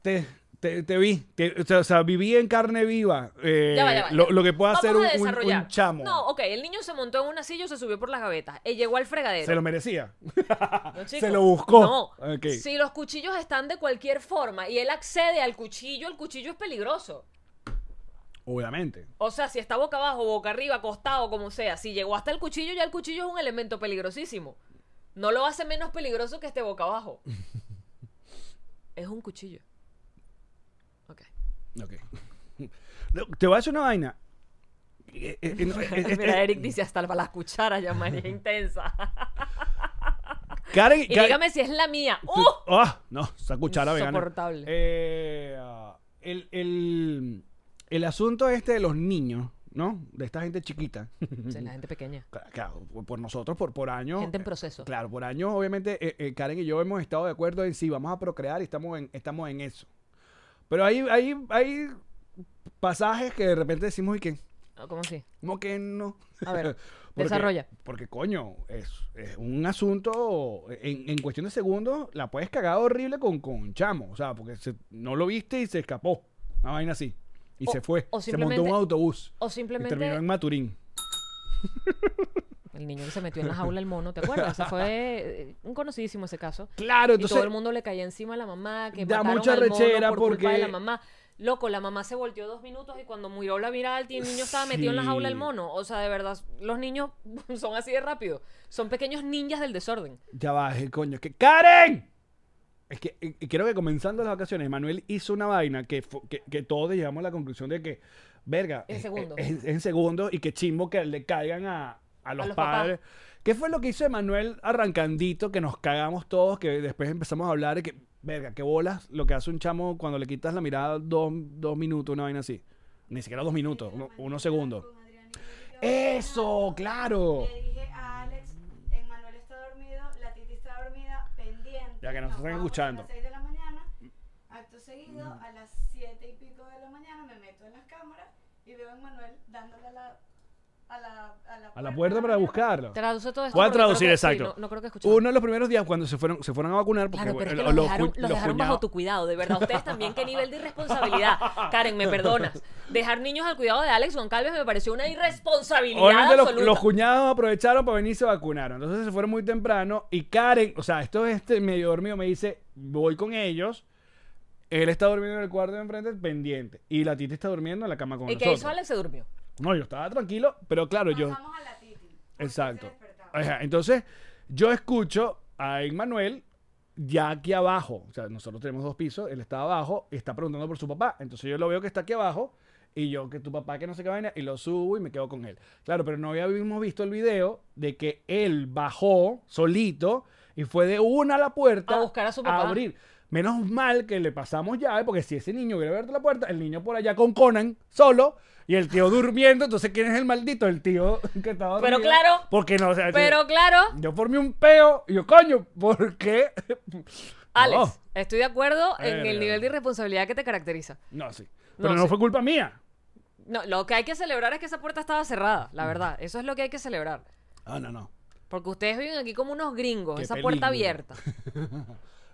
Te, te, te vi, te- o, sea, o sea, viví en carne viva eh,
Ya va, ya va,
Lo,
ya.
lo que puede hacer un,
Vamos
un-
a
un
desarrollar.
chamo.
No, ok, el niño se montó en una silla y se subió por las gavetas. Él llegó al fregadero.
se lo merecía.
No,
se
chico.
lo buscó.
No.
Ok.
Si los cuchillos están de cualquier forma y él accede al cuchillo, el cuchillo es peligroso.
Obviamente.
O sea, si está boca abajo, boca arriba, acostado, como sea, si llegó hasta el cuchillo, ya el cuchillo es un elemento peligrosísimo. No lo hace menos peligroso que esté boca abajo. es un cuchillo. Ok.
Ok. No, Te voy a hacer una vaina. Eh, eh, eh, no, eh, eh,
Mira, Eric dice hasta para las cucharas, ya María intensa.
Karen,
Y
Karen-
dígame si es la mía.
tú-
¡Uh!
ah, no, esa cuchara vegana.
Insoportable.
Eh, ah, el, el, el asunto este de los niños, ¿no? De esta gente chiquita.
O sea, la gente pequeña.
Claro, claro, por- por nosotros, por, por años.
Gente en proceso.
eh, Claro, por años, obviamente, eh, eh, Karen y yo hemos estado de acuerdo en si vamos a procrear y estamos en, estamos en eso. Pero hay, hay, hay pasajes que de repente decimos y que,
¿Cómo así?
como que no.
A ver,
Porque-
desarrolla.
Porque, coño, es, es un asunto. En, en cuestión de segundos, la puedes cagar horrible con, con chamo. O sea, porque se- no lo viste y se escapó. Una vaina así. Y
O-
se fue.
o
se montó
simplemente-
un autobús.
O
Y terminó en
simplemente
Maturín.
el niño que se metió en la jaula el mono, ¿te acuerdas? Ese fue eh, un conocidísimo ese caso.
Claro,
y
entonces.
todo el mundo le caía encima a la mamá, que
Da
mataron
mucha
al mono
rechera
por culpa de
porque-
la mamá. Loco, la mamá se volteó dos minutos y cuando miró la mirada al tío, el niño estaba metido en la jaula del
Sí.
mono. O sea, de verdad, los niños son así de rápido. Son pequeños ninjas del desorden.
Ya va, eh, coño. Es que. ¡Karen! Es que eh, creo que comenzando las vacaciones, Manuel hizo una vaina que, fu- que, que todos llegamos a la conclusión de que, verga,
En
es-
segundo.
es- es en segundo y que chimbo que le caigan a, a los,
los papás.
padres. ¿Qué fue lo que hizo Manuel arrancandito que nos cagamos todos, que después empezamos a hablar y que, verga, qué bolas lo que hace un chamo cuando le quitas la mirada dos, dos minutos, una vaina así? Ni siquiera dos minutos, uno- unos segundos. ¡Eso! ¡Claro!
Le dije a Alex, Emmanuel está dormido, la Titi está dormida, pendiente.
Ya que nos están
vamos
escuchando.
A las 6 de la mañana, acto seguido, a las 7 y pico de la mañana me meto en las cámaras y veo a Emmanuel dándole a la, a la, a la,
A la puerta para buscarlo.
Traduce todo esto.
Voy a
porque creo
traducir,
que- sí,
exacto.
no, no creo que escuchamos.
Uno de los primeros días cuando se fueron, se fueron a vacunar, porque
Claro, pero es que
bueno,
los,
los
dejaron,
cu-
los
los
dejaron
cuñados-
bajo tu cuidado, de verdad. Ustedes también, qué nivel de irresponsabilidad. Karen, me perdonas. Dejar niños al cuidado de Alex Goncalves me pareció una irresponsabilidad
Obviamente los,
absoluta.
los cuñados aprovecharon para venir y se vacunaron. Entonces se fueron muy temprano. Y Karen, o sea, esto es este medio dormido, me dice, voy con ellos. Él está durmiendo en el cuarto de enfrente, pendiente. Y la tita está durmiendo en la cama con
¿Y qué
nosotros.
hizo Alex? Se durmió.
No, yo estaba tranquilo, pero claro, yo...
Pasamos a la Titi. porque
Exacto.
se despertaba.
Ajá, Entonces, yo escucho a Emmanuel ya aquí abajo. O sea, nosotros tenemos dos pisos, él está abajo y está preguntando por su papá. Entonces yo lo veo que está aquí abajo y yo que tu papá que no sé qué vaina y lo subo y me quedo con él. Claro, pero no habíamos visto el video de que él bajó solito y fue de una a la puerta
A buscar a su papá.
abrir. Menos mal que le pasamos llave, porque si ese niño hubiera abierto la puerta, el niño por allá con Conan, solo, y el tío durmiendo, entonces ¿quién es el maldito? El tío que estaba
Pero
dormido.
claro,
Porque no, o sea,
Pero claro,
yo formé un peo y yo, coño, ¿por qué?
Alex,
No.
estoy de acuerdo en
Verga.
el nivel de irresponsabilidad que te caracteriza.
No, sí. Pero no,
sí.
fue culpa mía.
No, lo que hay que celebrar es que esa puerta estaba cerrada,
Mm.
la verdad. Eso es lo que hay que celebrar.
Ah, no, no.
Porque ustedes viven aquí como unos gringos,
Qué
esa puerta
peligro.
abierta.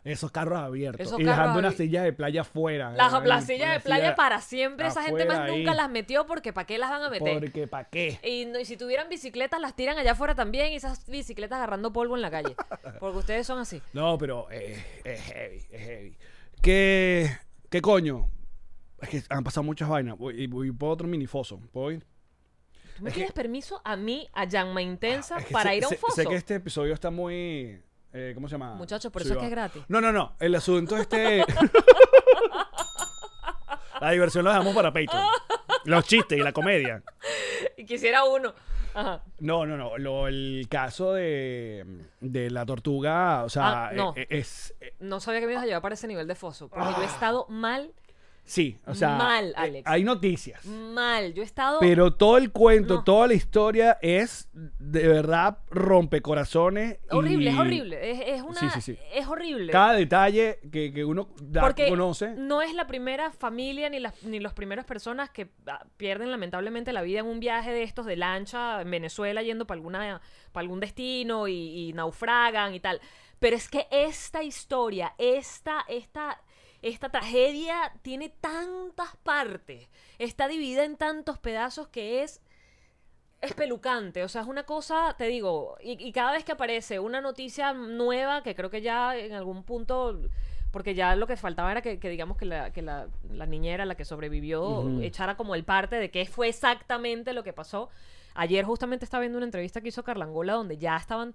Esos carros abiertos.
Esos
y
carros
dejando una
abi-
silla de playa afuera.
Las
Ay,
las sillas
una
de playa
silla
para siempre, esa gente más
afuera
nunca
ahí.
las metió porque ¿para qué las van a meter?
Porque, ¿pa' qué?
Y, no- y si tuvieran bicicletas, las tiran allá afuera también y esas bicicletas agarrando polvo en la calle. Porque ustedes son así.
No, pero eh, es heavy, es heavy. ¿Qué, qué coño? Es que han pasado muchas vainas. Voy, y voy por otro minifoso. ¿Puedo ir?
¿Tú me
Es que- Ah,
tienes permiso a mí, a Yanma Intensa,
Es que
para
sé-
ir a un
sé-
foso?
Sé que este episodio está muy... eh, ¿Cómo se llama?
Muchachos, por eso es que es gratis.
No, no, no. El asunto este... la diversión la dejamos para Patreon. Los chistes y la comedia.
Y quisiera uno. Ajá.
No, no, no. Lo- el caso de, de la tortuga, o sea,
Ah, no.
eh, eh, es... eh,
No sabía que me ibas a llevar para ese nivel de foso. Porque
Ah.
yo he estado mal,
sí, o sea...
Mal,
eh,
Alex. Mm.
hay noticias.
mal. Yo he estado.
Pero todo el cuento,
No.
toda la historia es de verdad rompecorazones. y-
horrible, es horrible. Es, es una.
Sí, sí, sí.
Es horrible.
Cada detalle que, que uno da-
Porque
conoce.
no es la primera familia ni las ni las primeras personas que ah, pierden lamentablemente la vida en un viaje de estos de lancha en Venezuela yendo para alguna para algún destino y, y naufragan y tal. Pero es que esta historia, esta esta esta tragedia tiene tantas partes, está dividida en tantos pedazos que es es pelucante, o sea, es una cosa, te digo, y, y cada vez que aparece una noticia nueva, que creo que ya en algún punto, porque ya lo que faltaba era que, que digamos que la, que la, la niñera, la que sobrevivió, echara como el parte de qué fue exactamente lo que pasó. Ayer justamente estaba viendo una entrevista que hizo Carlangola donde ya estaban,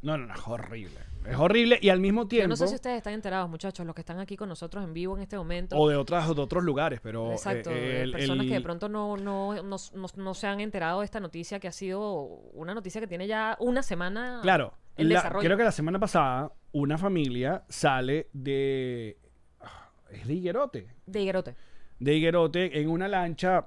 No, no, no, es horrible. Es horrible y al mismo
yo
tiempo.
no sé si ustedes están enterados muchachos, los que están aquí con nosotros en vivo en este momento.
O de, otras, de otros lugares, pero.
Exacto,
eh,
de
el-
personas que de
el-
pronto no, no, no, no- no se han enterado de esta noticia que ha sido una noticia que tiene ya una semana.
Claro.
en
la-
desarrollo.
creo que la semana pasada, una familia sale de. ah, Es de Higuerote.
De higuerote.
De Higuerote en una lancha.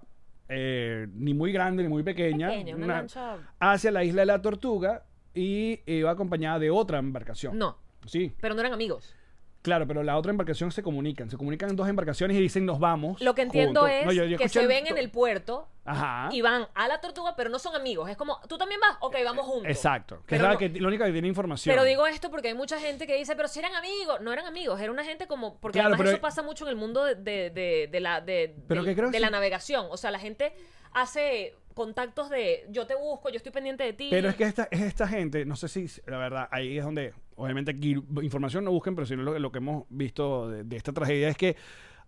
eh, ni muy grande ni muy pequeña,
Pequeña, una lancha-
hacia la isla de la Tortuga y iba acompañada de otra embarcación.
No,
Sí,
pero no eran amigos.
claro, pero la otra embarcación se comunican, se comunican dos embarcaciones y dicen nos vamos.
Lo que entiendo
juntos".
es
No, yo- yo
que
escuché
se ven
to-
en
¿Ah?
el puerto
Ajá.
y van a la tortuga, pero no son amigos. Es como, ¿tú también vas? Ok, vamos juntos.
Exacto. Que es
Pero
la,
no-
que, la única que tiene información.
Pero digo esto porque hay mucha gente que dice, pero si eran amigos, no eran amigos, era una gente como, porque
Claro,
además
pero-
eso pasa mucho en el mundo de, de- de- de la, de,
Pero
del-
que creo que
de la
sí.
navegación. O sea, la gente hace contactos de yo te busco, yo estoy pendiente de ti.
Pero es que esta, es esta gente, no sé si, la verdad, ahí es donde, obviamente aquí información no busquen, pero si no lo, lo que hemos visto de, de esta tragedia es que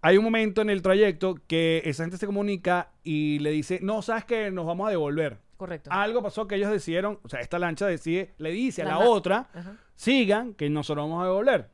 hay un momento en el trayecto que esa gente se comunica y le dice, no, sabes que nos vamos a devolver.
Correcto.
Algo pasó que ellos decidieron, o sea, esta lancha decide, le dice a
La
la,
na-
otra,
Ajá.
sigan, que nosotros vamos a devolver.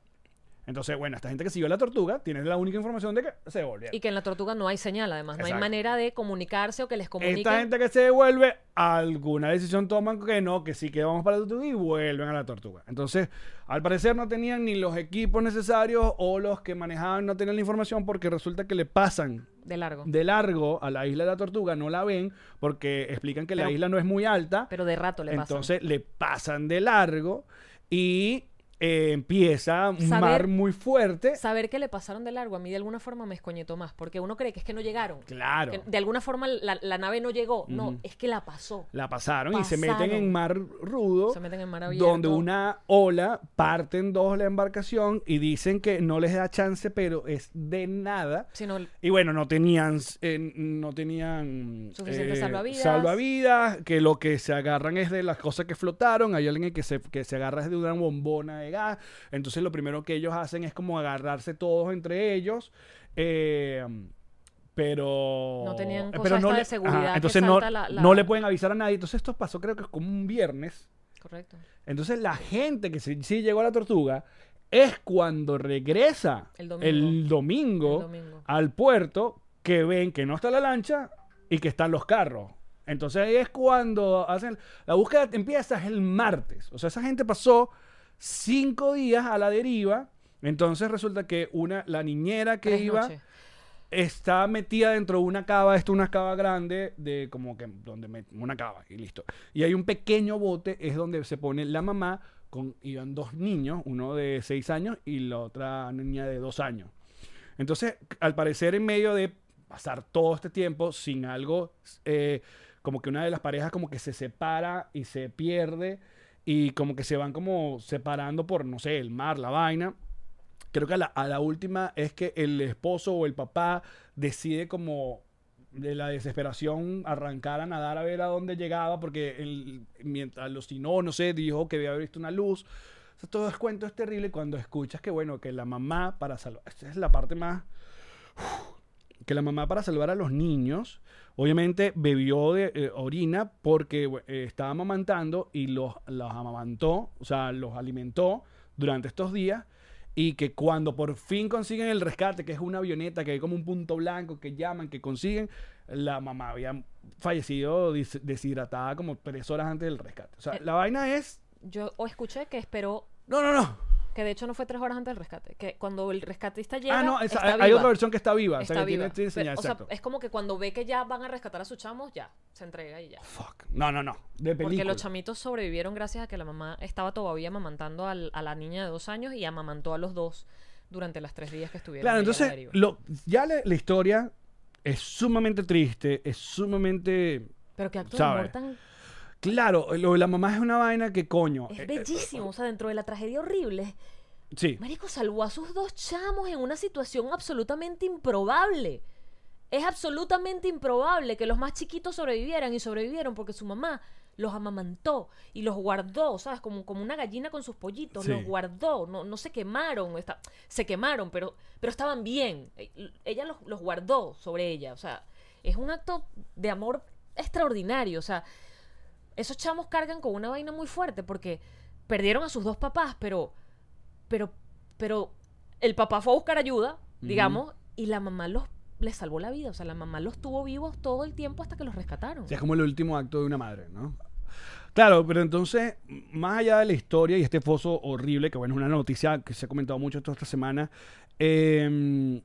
Entonces, bueno, esta gente que siguió la tortuga tiene la única información de que se devolvieron.
Y que en la tortuga no hay señal, además, no hay
Exacto.
manera de comunicarse o que les comuniquen.
Esta gente que se devuelve, alguna decisión toman que no, que sí que vamos para la tortuga y vuelven a la tortuga. Entonces, al parecer no tenían ni los equipos necesarios o los que manejaban no tenían la información porque resulta que le pasan
De largo.
de largo a la isla de la tortuga, no la ven porque explican que la
Pero-
isla no es muy alta.
Pero de rato le pasa.
entonces le pasan de largo y eh, empieza un
Saber-
mar muy fuerte.
Saber que le pasaron de largo a mí de alguna forma me escoñetó más, porque uno cree que es que no llegaron.
Claro.
Que de alguna forma la, la nave no llegó. No, es que la pasó.
La pasaron, y se
Pasaron.
meten en mar rudo.
Se meten en mar
Donde
abierto.
una ola parte en dos la embarcación y dicen que no les da chance, pero es de nada.
Sino el-
Y bueno, no tenían, eh, no tenían eh,
Suficientes salvavidas.
salvavidas, que lo que se agarran es de las cosas que flotaron. Hay alguien que se, que se agarra es de una bombona de gas. Entonces lo primero que ellos hacen es como agarrarse todos entre ellos. eh, pero eh,
No tenían
pero
cosa esta de
le-
seguridad que
entonces no,
salta la- la-
no le pueden avisar a nadie entonces esto pasó creo que es como un viernes
Correcto.
entonces la gente que sí, sí llegó a la tortuga es cuando regresa
El domingo.
domingo
El domingo.
al puerto que ven que no está la lancha y que están los carros. Entonces ahí es cuando hacen la búsqueda empieza es el martes. O sea, esa gente pasó cinco días a la deriva. Entonces resulta que una la niñera que
Tres
iba
noches.
está metida dentro de una cava, esto es una cava grande, de como que donde met- una cava y listo. Y hay un pequeño bote, es donde se pone la mamá, con, iban dos niños, uno de seis años y la otra niña de dos años. Entonces, al parecer, en medio de pasar todo este tiempo sin algo, eh, como que una de las parejas como que se separa y se pierde y como que se van como separando por, no sé, el mar, la vaina. Creo que a la, a la última es que el esposo o el papá decide como de la desesperación arrancar a nadar a ver a dónde llegaba porque él, mientras lo sinó, no sé, dijo que había visto una luz. O sea, todo es cuento es terrible cuando escuchas que bueno, que la mamá para salvar, esta es la parte más que la mamá para salvar a los niños, obviamente bebió de eh, orina porque bu- eh, estaba amamantando y los, los amamantó, o sea, los alimentó durante estos días y que cuando por fin consiguen el rescate, que es una avioneta, que hay como un punto blanco, que llaman, que consiguen, la mamá había fallecido dis- deshidratada como tres horas antes del rescate. O
Eh.
sea, la vaina es...
Yo o escuché que esperó,
No, no, no.
que de hecho no fue tres horas antes del rescate, que cuando el rescatista llega.
Ah, no, esa-
está
hay
viva.
otra versión que está viva. o sea,
Está
que tiene-
viva.
tiene
Pero,
señal,
o sea,
exacto.
es como que cuando ve que ya van a rescatar a sus chamos, ya se entrega y ya.
Fuck. No, no, no. De película.
Porque los chamitos sobrevivieron gracias a que la mamá estaba todavía amamantando al- a la niña de dos años y amamantó a los dos durante las tres días que estuvieron.
Claro,
ahí a la
entonces,
deriva.
lo, ya la, la historia es sumamente triste, es sumamente...
Pero qué acto
sabe,
de amor tan.
Claro, lo de la mamá es una vaina que coño. eh,
Es bellísimo. O sea, dentro de la tragedia horrible,
sí.
Marico salvó a sus dos chamos en una situación absolutamente improbable. Es absolutamente improbable que los más chiquitos sobrevivieran y sobrevivieron porque su mamá los amamantó y los guardó, ¿sabes? Como, como una gallina con sus pollitos,
Sí.
los guardó, no, no se quemaron, está- se quemaron, pero, pero estaban bien. Eh, l- Ella los, los guardó sobre ella, o sea, es un acto de amor extraordinario, o sea, esos chamos cargan con una vaina muy fuerte porque perdieron a sus dos papás, pero pero, pero el papá fue a buscar ayuda, digamos, y la mamá los les salvó la vida. O sea, la mamá los tuvo vivos todo el tiempo hasta que los rescataron.
O sea, es como el último acto de una madre, ¿no? Claro, pero entonces, más allá de la historia y este foso horrible, que bueno, es una noticia que se ha comentado mucho toda esta semana, eh,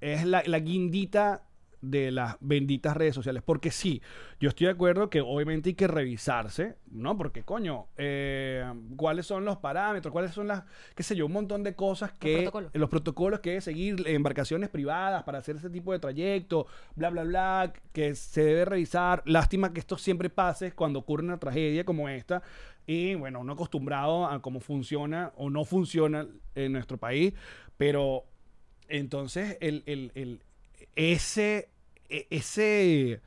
es la, la guindita de las benditas redes sociales. Porque sí, yo estoy de acuerdo que obviamente hay que revisarse, ¿no? Porque, coño, eh, ¿cuáles son los parámetros? ¿Cuáles son las, qué sé yo, un montón de cosas que...
protocolos.
los protocolos que debe seguir embarcaciones privadas para hacer ese tipo de trayecto, bla, bla, bla, que se debe revisar. Lástima que esto siempre pase cuando ocurre una tragedia como esta. Y bueno, uno acostumbrado a cómo funciona o no funciona en nuestro país, pero entonces, el, el- el- ese, e- ese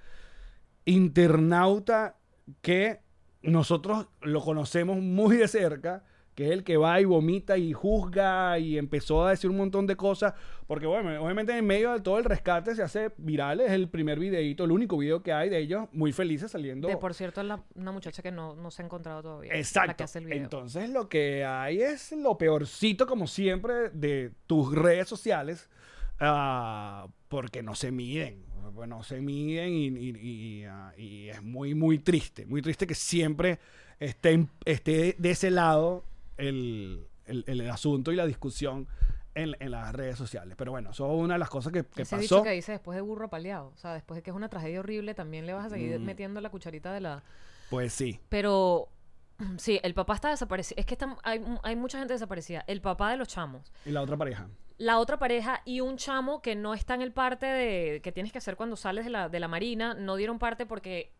internauta que nosotros lo conocemos muy de cerca, que es el que va y vomita y juzga y empezó a decir un montón de cosas, porque bueno, obviamente en medio de todo el rescate se hace viral, es el primer videito, el único video que hay de ellos muy felices saliendo.
De por cierto, la, una muchacha que no, no se ha encontrado todavía. La que
Exacto.
hace el video.
Entonces lo que hay es lo peorcito, como siempre, de tus redes sociales, ah, porque no se miden. No se miden y, y- y, ah, y es muy, muy triste. Muy triste que siempre esté, en- esté de ese lado el, el- el asunto y la discusión en, en las redes sociales. Pero bueno, eso es una de las cosas que, que
Ese
pasó.
dicho que dice después de burro paleado. O sea, después de que es una tragedia horrible, también le vas a seguir
Mm.
metiendo la cucharita de la.
Pues sí.
Pero. Sí, el papá está desaparecido. Es que están- hay, hay mucha gente desaparecida. El papá de los chamos.
Y la otra pareja.
la otra pareja y un chamo que no está en el parte de que tienes que hacer cuando sales de la, de la marina, no dieron parte porque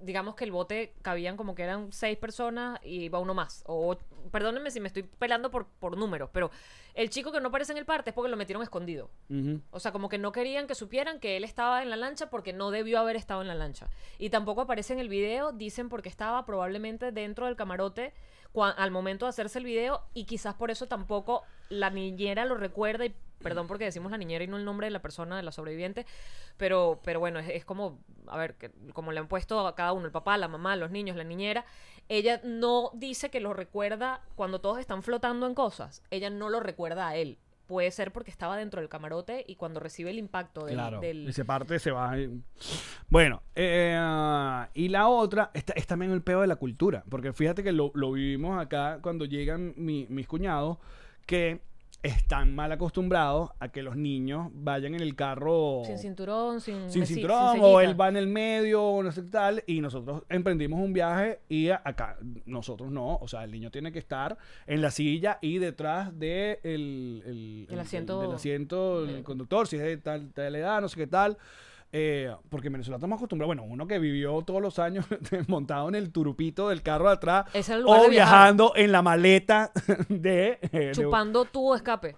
digamos que el bote cabían como que eran seis personas y va uno más. O perdónenme si me estoy pelando por, por números, pero el chico que no aparece en el parte es porque lo metieron escondido.
Ujú.
O sea, como que no querían que supieran que él estaba en la lancha porque no debió haber estado en la lancha. Y tampoco aparece en el video, dicen porque estaba probablemente dentro del camarote cua- al momento de hacerse el video y quizás por eso tampoco la niñera lo recuerda y perdón porque decimos la niñera y no el nombre de la persona, de la sobreviviente, pero, pero bueno, es, es como, a ver, que- como le han puesto a cada uno, el papá, la mamá, los niños, la niñera, ella no dice que lo recuerda cuando todos están flotando en cosas, ella no lo recuerda a él. Puede ser porque estaba dentro del camarote y cuando recibe el impacto del...
Claro.
del-
Y se parte, se va. eh. Bueno, eh, y la otra esta- es también el peo de la cultura. Porque fíjate que lo, lo vivimos acá cuando llegan mi- mis cuñados que están mal acostumbrados a que los niños vayan en el carro
sin cinturón, Mm, sin...
"Oh". sin
besi-
cinturón o
sellita.
él va en el medio o no sé qué tal y nosotros emprendimos un viaje y a- acá nosotros no o sea el niño tiene que estar en la silla y detrás de el, el-
El asiento-
del asiento del
del-
conductor si es de tal, tal edad no sé qué tal Eh, porque en Venezuela estamos acostumbrados bueno uno que vivió todos los años montado en el turupito del carro de atrás
Es el lugar
o
de viajar.
viajando en la maleta de, eh, de-
Chupando tubo de escape.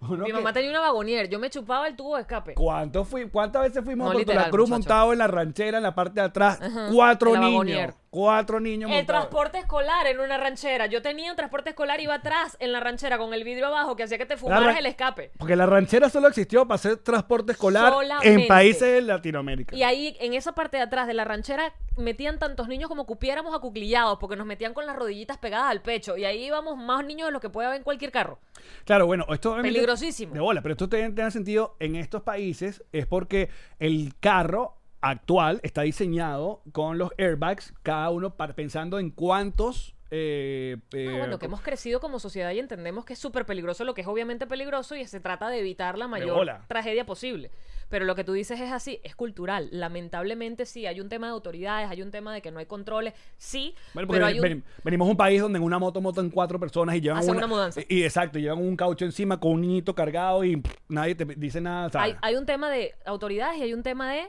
uno
Mi
que-
mamá tenía una vagonier, yo me chupaba el tubo de escape.
¿Cuánto fui, ¿Cuántas veces fuimos
No,
a Puerto La
literal,
Cruz
muchacho.
montado en la ranchera, en la parte de atrás? Cuatro
en la
niños.
vagonier.
Cuatro niños
El
montados.
transporte escolar en una ranchera. Yo tenía un transporte escolar, iba atrás en la ranchera con el vidrio abajo que hacía que te
La
fumaras
ra-
el escape.
Porque la ranchera solo existió para hacer transporte escolar en
Solamente.
países de Latinoamérica.
Y ahí, en esa parte de atrás de la ranchera, metían tantos niños como cupiéramos acuclillados, porque nos metían con las rodillitas pegadas al pecho. Y ahí íbamos más niños de los que puede haber en cualquier carro.
Claro, bueno, esto obviamente-
Peligrosísimo.
De bola, pero esto tiene, tiene sentido en estos países es porque el carro actual está diseñado con los airbags, cada uno para- pensando en cuántos... eh,
No,
eh,
Ah, bueno, que hemos crecido como sociedad y entendemos que es súper peligroso lo que es obviamente peligroso y se trata de evitar la mayor
bola.
tragedia posible. Pero lo que tú dices es así, es cultural. Lamentablemente sí, hay un tema de autoridades, hay un tema de que no hay controles, sí,
Bueno, porque
pero hay un...
ven- venimos a un país donde en una moto motan cuatro personas y llevan
Hacen una mudanza.
Y, y exacto, llevan un caucho encima con un niñito cargado y pff, nadie te dice nada. ¿sabes?
hay, hay un tema de autoridades y hay un tema de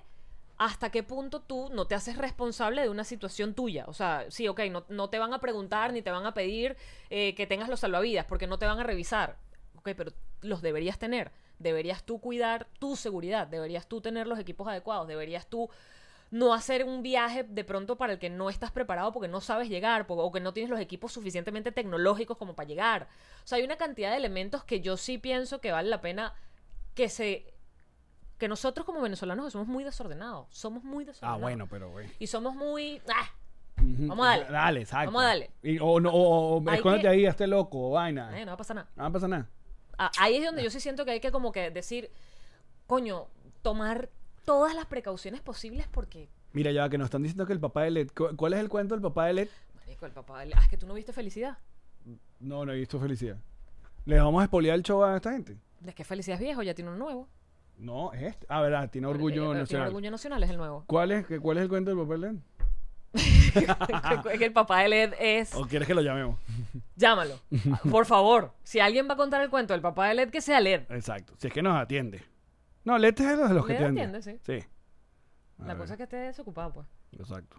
hasta qué punto tú no te haces responsable de una situación tuya. O sea, sí, ok, no, no te van a preguntar ni te van a pedir eh, que tengas los salvavidas porque no te van a revisar. Ok, pero los deberías tener. Deberías tú cuidar tu seguridad. Deberías tú tener los equipos adecuados. Deberías tú no hacer un viaje de pronto para el que no estás preparado porque no sabes llegar po- o que no tienes los equipos suficientemente tecnológicos como para llegar. O sea, hay una cantidad de elementos que yo sí pienso que vale la pena que se que nosotros como venezolanos que somos muy desordenados, somos muy
ah,
desordenados.
bueno, pero güey.
Y somos muy ah,
Ujú.
Vamos a darle.
Dale, exacto.
Vamos a darle.
Y- o no, o, o
Hay
escóndete
que-
ahí, hazte loco, o vaina.
eh, no va a pasar nada.
No pasa nada.
Ah, ahí es donde yo sí siento que hay que como que decir, coño, tomar todas las precauciones posibles porque
Mira, ya que nos están diciendo que el papá de Led. ¿cu- ¿Cuál es el cuento del papá de Led?
marico, el papá, ah, es que tú no viste felicidad.
No, no he visto felicidad. ¿Les vamos a espolear el show a esta gente?
Es que felicidad es viejo, ya tiene uno nuevo.
No, es este. Ah, verdad, tiene orgullo
Eh, eh,
nacional.
Orgullo Nacional es el nuevo.
¿Cuál es, ¿Cuál es el cuento del papel de él?
que el papá de Led es...
¿O quieres que lo llamemos?
Llámalo. Por favor. Si alguien va a contar el cuento del papá de Led, que sea Led.
Exacto. Si es que nos atiende. No, Lete es de los que
Lete
atiende.
atiende, sí.
Sí. A
La
ver,
cosa es que esté desocupado, pues.
Exacto.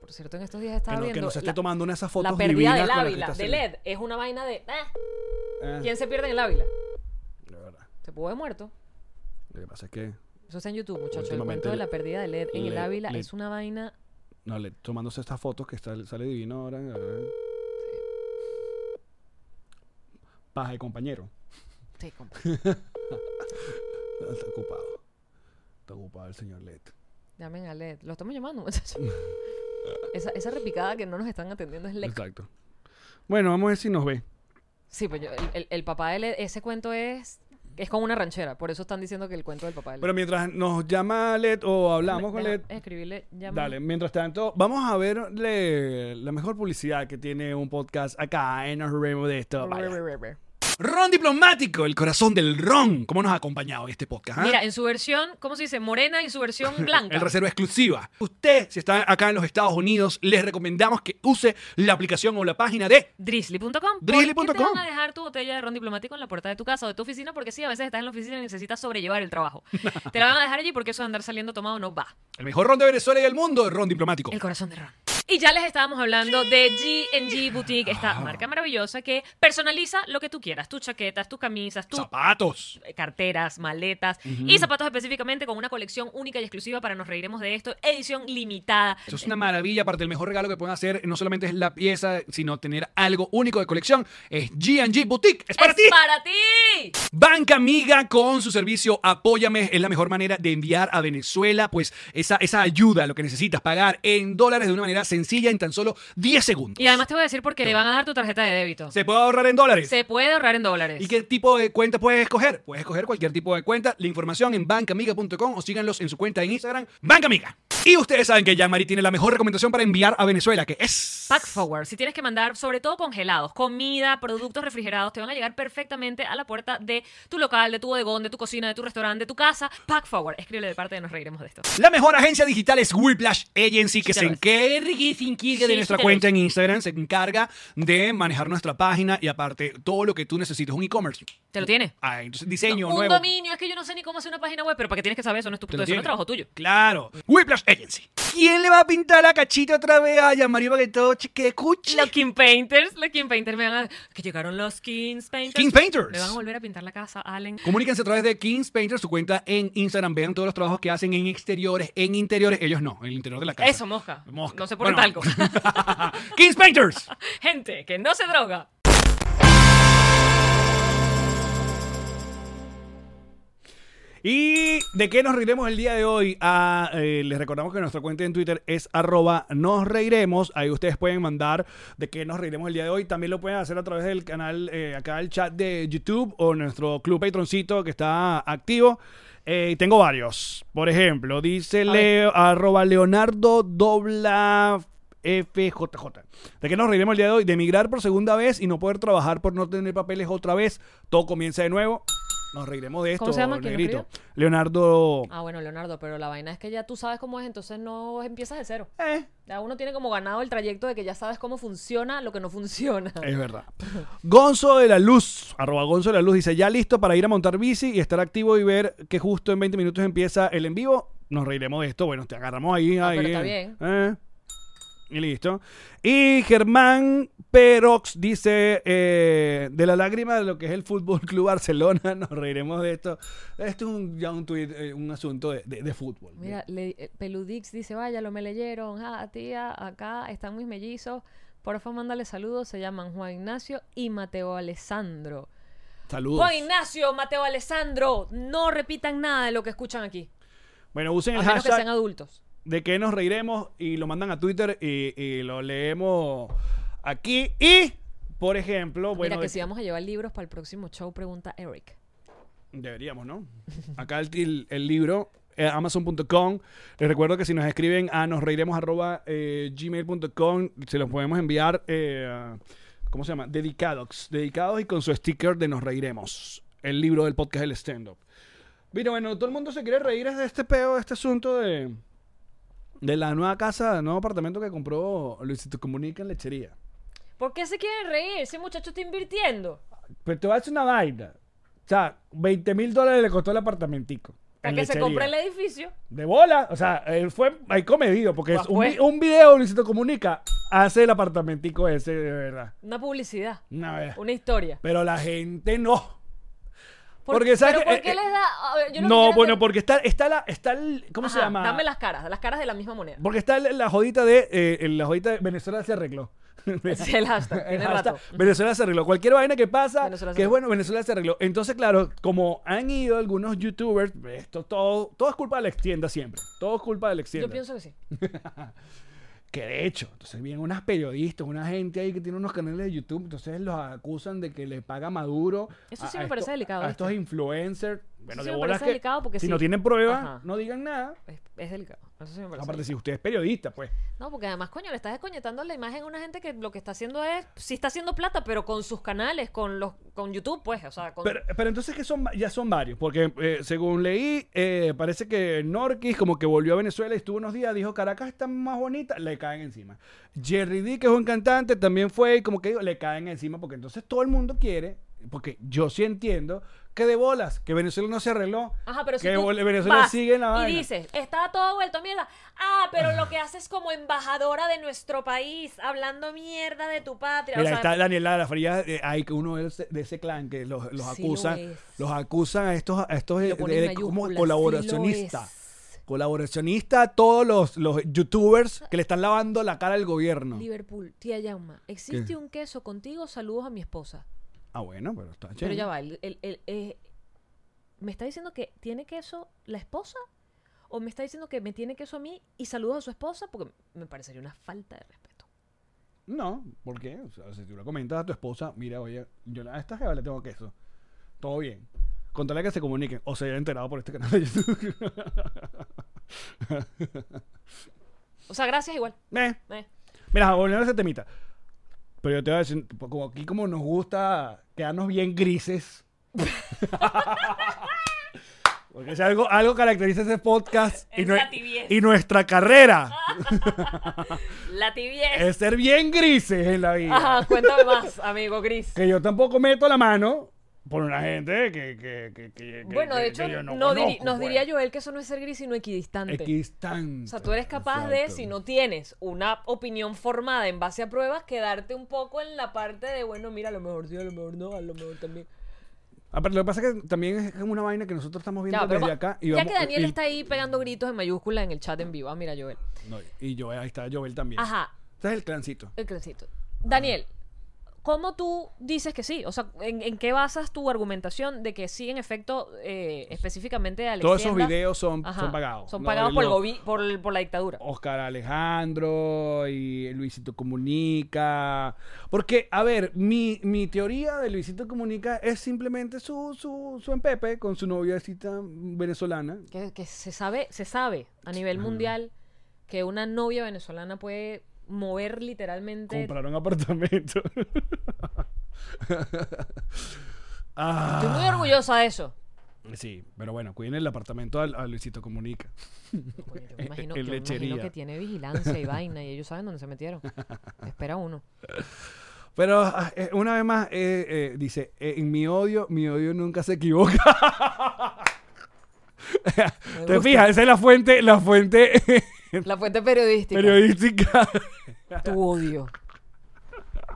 Por cierto, en estos días estaba
Que no,
viendo...
que no se esté
la-
tomando una de
La
esas fotos
pérdida
divinas
del
con las que
Ávila,
está
de
haciendo.
LED, es una vaina de. ah,
Ah,
¿Quién se pierde en el Ávila?
de verdad.
Se pudo haber muerto.
Lo que pasa es que
Eso está en YouTube, muchachos. El
Últimamente
cuento de
el-
la pérdida de LED en el
LED,
Ávila
LED.
es una vaina.
no, le, tomándose estas fotos que está- sale divino ahora. a ver. Paja de compañero.
Sí, compa.
Ah, Está ocupado. Está ocupado el señor Let.
Llamen a LED. Lo estamos llamando, muchachos. Esa, esa repicada que no nos están atendiendo es LED.
Exacto. Bueno, vamos a ver si nos ve.
Sí, pues yo- el, el- el papá de LED, ese cuento es. Es con una ranchera. Por eso están diciendo que el cuento del papá de LED.
Pero mientras nos llama Let o hablamos con
Deja-
Let,
Escribirle, llámame.
Dale, mientras tanto, vamos a verle la mejor publicidad que tiene un podcast acá en Nos Reiremos de esto. Vaya. Ron Diplomático, el corazón del ron. ¿Cómo nos ha acompañado este podcast? ah?
Mira, en su versión, ¿cómo se dice? Morena y su versión
El
blanca.
reserva exclusiva. Usted, si está acá en los Estados Unidos, les recomendamos que use la aplicación o la página de
Drizzly.com.
Drizzly
¿Por qué te
punto com?
van a dejar tu botella de ron diplomático en la puerta de tu casa o de tu oficina? Porque sí, a veces estás en la oficina y necesitas sobrellevar el trabajo. te la van a dejar allí porque eso de andar saliendo tomado no va.
El mejor ron de Venezuela y del mundo, el ron diplomático.
El corazón de ron. Y ya les estábamos hablando de G&G Boutique, esta
Ah.
marca maravillosa que personaliza lo que tú quieras. Tus chaquetas, tus camisas, tus
Zapatos.
carteras, maletas y zapatos específicamente con una colección única y exclusiva para Nos Reiremos de Esto, edición limitada.
Eso es una maravilla. Aparte, el mejor regalo que pueden hacer no solamente es la pieza, sino tener algo único de colección. Es GG Boutique. Es para
¡Es
ti.
para ti!
Banca Amiga con su servicio Apóyame es la mejor manera de enviar a Venezuela pues esa, esa ayuda, lo que necesitas pagar en dólares de una manera sencilla en tan solo 10 segundos.
Y además te voy a decir porque le van a dar tu tarjeta de débito.
¿Se puede ahorrar en dólares?
Se puede ahorrar en dólares.
¿Y qué tipo de cuenta puedes escoger? Puedes escoger cualquier tipo de cuenta. La información en bancamiga.com o síganlos en su cuenta en Instagram, Banca Amiga. Y ustedes saben que Jean-Marie tiene la mejor recomendación para enviar a Venezuela, que es...
Pack Forward, si tienes que mandar sobre todo congelados, comida, productos refrigerados, te van a llegar perfectamente a la puerta de tu local, de tu bodegón, de tu cocina, de tu restaurante, de tu casa. Pack Forward, escríbele de parte de Nos Reiremos de Esto.
La mejor agencia digital es Whiplash Agency, que
Sí,
se
lo es.
encarga y se encarga
Sí,
de nuestra
sí, lo
cuenta en Instagram, se encarga de manejar nuestra página y aparte todo lo que tú necesites, un e-commerce.
¿Te lo tiene?
Ah, entonces diseño
No, un
nuevo.
dominio, es que yo no sé ni cómo hacer una página web, pero ¿para qué tienes que saber eso? No es tu
Te
puto,
lo
eso no es
tiene.
trabajo tuyo.
Claro. Whiplash Agency. ¿Quién le va a pintar la cachita otra vez a Yamario para que todo che- que escuche?
Los King Painters, los King Painters me van a... Que llegaron los King Painters.
King Painters.
Me van a volver a pintar la casa, Allen.
Comuníquense a través de Kings Painter, su cuenta en Instagram. Vean todos los trabajos que hacen en exteriores, en interiores. Ellos no, en el interior de la casa.
Eso, mosca.
Mosca.
No se pone
Bueno.
talco.
Kings Painters.
Gente, que no se droga.
¿Y de qué nos reiremos el día de hoy? Ah, eh, les recordamos que nuestra cuenta en Twitter es arroba nos reiremos. Ahí ustedes pueden mandar de qué nos reiremos el día de hoy. También lo pueden hacer a través del canal, eh, acá el chat de YouTube o nuestro club patroncito que está activo. Eh, tengo varios. Por ejemplo, dice
ver.
Leo, arroba Leonardo Dobla FJJ. ¿De qué nos reiremos el día de hoy? De emigrar por segunda vez y no poder trabajar por no tener papeles otra vez. Todo comienza de nuevo. Nos reiremos de esto,
¿Cómo se llama el que lo
negrito.
escribió?
Leonardo.
Ah, bueno, Leonardo, pero la vaina es que ya tú sabes cómo es, entonces no empiezas de cero.
Eh,
Ya uno tiene como ganado el trayecto de que ya sabes cómo funciona lo que no funciona.
es verdad. Gonzo de la Luz, arroba Gonzo de la Luz, dice, ya listo para ir a montar bici y estar activo y ver que justo en 20 minutos empieza el en vivo. Nos reiremos de esto. Bueno, te agarramos ahí.
Ah,
ahí
pero está
eh.
bien.
Eh. Y listo. Y Germán Perox dice, eh, de la lágrima de lo que es el Fútbol Club Barcelona, nos reiremos de esto. Esto es un, ya un, tuit, eh, un asunto de, de- de fútbol.
Mira, le- eh, Peludix dice, vaya, lo me leyeron. Ah, tía, acá están mis mellizos. Porfa, mándale saludos. Se llaman Juan Ignacio y Mateo Alessandro.
Saludos.
Juan Ignacio, Mateo Alessandro, no repitan nada de lo que escuchan aquí.
Bueno, usen
A
el
menos que
hashtag
sean adultos.
de que nos reiremos y lo mandan a Twitter y, y lo leemos aquí. Y, por ejemplo,
Mira,
bueno,
que
de-
si vamos a llevar libros para el próximo show, pregunta Eric.
deberíamos, ¿no? Acá el, el- el libro, eh, amazon.com. Les recuerdo que si nos escriben a eh, nos gmail.com, se los podemos enviar, eh, ¿cómo se llama? Dedicados. Dedicados y con su sticker de nos reiremos. El libro del podcast El Stand Up. Mira, bueno, todo el mundo se quiere reír de este peo, de este asunto de, de la nueva casa, del nuevo apartamento que compró Luisito Comunica en Lechería.
¿Por qué se quieren reír? Ese muchacho está invirtiendo.
Pero Pues te voy a decir una vaina. O sea, 20 mil dólares le costó el apartamentico.
Para
en
que se
Lechería.
compre el edificio.
De bola. O sea, él fue ahí comedido, porque es
Pues
un,
fue.
vi- un video de Luisito Comunica hace el apartamentico ese, de verdad.
Una publicidad.
Una vez.
Una historia.
Pero la gente no.
Por-
Porque, ¿sabes
pero
qué?
¿por qué
Eh,
les da.? a ver, yo lo que
No,
quiero
bueno,
entender-
porque está, está la, está el, ¿cómo se
Ajá,
llama?
Dame las caras, las caras de la misma moneda.
Porque está la, la jodita de, eh, la jodita de Venezuela se arregló.
Sí, el hashtag,
El
tiene
eh, hashtag,
rato.
Venezuela se arregló. Cualquier vaina que pasa,
Venezuela se
que es
arregló.
bueno, Venezuela se arregló. Entonces, claro, como han ido algunos youtubers, esto todo, todo es culpa de la extienda siempre. Todo es culpa de la extienda.
Yo pienso que sí.
Que de hecho, entonces vienen unas periodistas, una gente ahí que tiene unos canales de YouTube, entonces los acusan de que le paga Maduro.
Eso sí me parece delicado,
A
¿viste?
estos influencers. Bueno,
sí
de
me
bolas
parece
que
delicado porque
si
sí.
no tienen pruebas,
Ajá.
no digan nada.
Es, es delicado. Eso sí me parece.
Aparte, si usted es periodista, pues.
No, porque además, coño, le estás descoñetando la imagen a una gente que lo que está haciendo es. Sí está haciendo plata, pero con sus canales, con los con YouTube, pues. O sea, con.
Pero, pero entonces que son ya son varios, porque eh, según leí, eh, parece que Norquis como que volvió a Venezuela y estuvo unos días, dijo Caracas está más bonita, le caen encima. Jerry D, que es un cantante, también fue y como que dijo, le caen encima, porque entonces todo el mundo quiere, porque yo sí entiendo que de bolas, que Venezuela no se arregló,
Ajá, pero si
que
tú
vol- Venezuela
vas
sigue en la
Y
vaina.
dices, está todo vuelto mierda. Ah, pero lo que haces como embajadora de nuestro país, hablando mierda de tu patria.
Mira,
o sea,
ahí está Daniela de la Fría, eh, hay que uno de ese, de ese clan que los, los
Sí
acusan,
lo es.
los acusan a estos, a estos eh,
Lo ponen
de-
en
como
mayúsculas, sí lo
colaboracionistas.
es.
Colaboracionista a todos los, los youtubers que le están lavando la cara al gobierno.
Liverpool, tía Yauma, ¿existe un queso contigo? Saludos a mi esposa.
Ah, bueno, pero está
Pero
chévere.
ya va, el- el- el- eh, ¿me está diciendo que tiene queso la esposa? ¿O me está diciendo que me tiene queso a mí y saludos a su esposa? Porque me parecería una falta de respeto.
No, ¿por qué? O sea, si tú le comentas a tu esposa, mira, oye, yo a esta jeva le tengo queso. Todo bien. Contale que se comuniquen. O se haya enterado por este canal de YouTube.
O sea, gracias igual.
Eh.
Eh.
Mira, volviendo a ese temita. Pero yo te voy a decir, po- como aquí como nos gusta quedarnos bien grises. Porque si algo, algo caracteriza ese podcast y,
Es
nue-
la tibieza. Ah.
y nuestra carrera
La tibieza.
es ser bien grises en la vida.
Ajá, cuéntame más, amigo Gris.
Que yo tampoco meto la mano por una gente que, que, que- que- que-
Bueno, de
que-
hecho,
que yo no
no diri-
conozco,
nos
pues.
diría Joel que eso no es ser gris, sino equidistante.
Equidistante.
o sea, tú eres capaz de,
Exacto.
si no tienes una opinión formada en base a pruebas, quedarte un poco en la parte de, bueno, mira, a lo mejor sí, a lo mejor no, a lo mejor también.
Ah, pero lo que pasa es que también es como una vaina que nosotros estamos viendo
Ya, pero
pues, desde
va-
acá. Y
ya
vamos-
que Daniel
y-
está ahí pegando gritos en mayúscula en el chat en vivo. Ah, mira, Joel.
No, y yo, ahí está Joel también.
Ajá,
Este es el clancito.
el clancito. Daniel, ¿cómo tú dices que sí? O sea, ¿en, en qué basas tu argumentación de que sí, en efecto, eh, específicamente de
Todos esos
Alexandra-
videos son,
Ajá,
son pagados.
Son
No,
pagados
y
por, el
los
gobi- por, el- por la dictadura.
Oscar Alejandro y Luisito Comunica. Porque, a ver, mi, mi teoría de Luisito Comunica es simplemente su, su, su empepe con su noviecita venezolana.
Que, que se sabe, se sabe a nivel mundial que una novia venezolana puede mover literalmente.
Compraron apartamento. ah,
Estoy muy orgullosa de eso.
sí, pero bueno, cuiden el apartamento a, a Luisito Comunica.
Coño, yo me imagino,
En
yo me imagino
lechería.
que tiene vigilancia y vaina y ellos saben dónde se metieron. Espera uno.
Pero ah, eh, una vez más, eh, eh, dice, eh, en mi odio, mi odio nunca se equivoca. Te
gusta.
fijas, esa es la fuente, la fuente
La fuente periodística.
periodística.
Tu odio.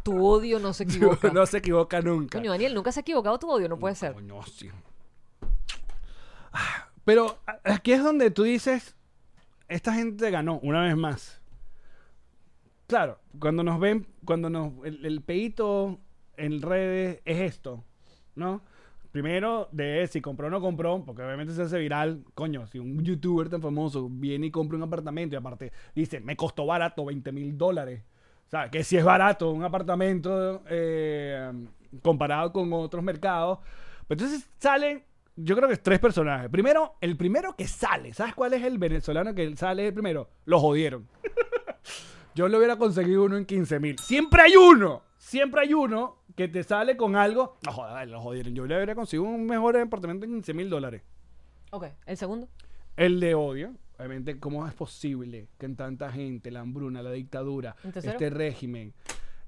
Tu odio no se equivoca.
no se equivoca nunca.
Coño, Daniel, nunca se ha equivocado tu odio, no puede ser.
Coño, sí. Ah, Pero a- aquí es donde tú dices, esta gente ganó una vez más. Claro, cuando nos ven, cuando nos, el, el peito en redes es esto, ¿no? Primero de si compró o no compró, porque obviamente se hace viral, coño, si un youtuber tan famoso viene y compra un apartamento y aparte dice, me costó barato 20 mil dólares. O sea, que si es barato un apartamento eh, comparado con otros mercados. Pero entonces salen, yo creo que es tres personajes. Primero, el primero que sale, ¿sabes cuál es el venezolano que sale el primero? Lo jodieron. Yo le hubiera conseguido uno en 15 mil. Siempre hay uno. Siempre hay uno que te sale con algo. No joder, lo jodieron. Yo le hubiera conseguido un mejor apartamento en 15 mil dólares.
Ok, el segundo.
El de odio. Obviamente, ¿cómo es posible que en tanta gente, la hambruna, la dictadura,
¿El tercero?
este régimen?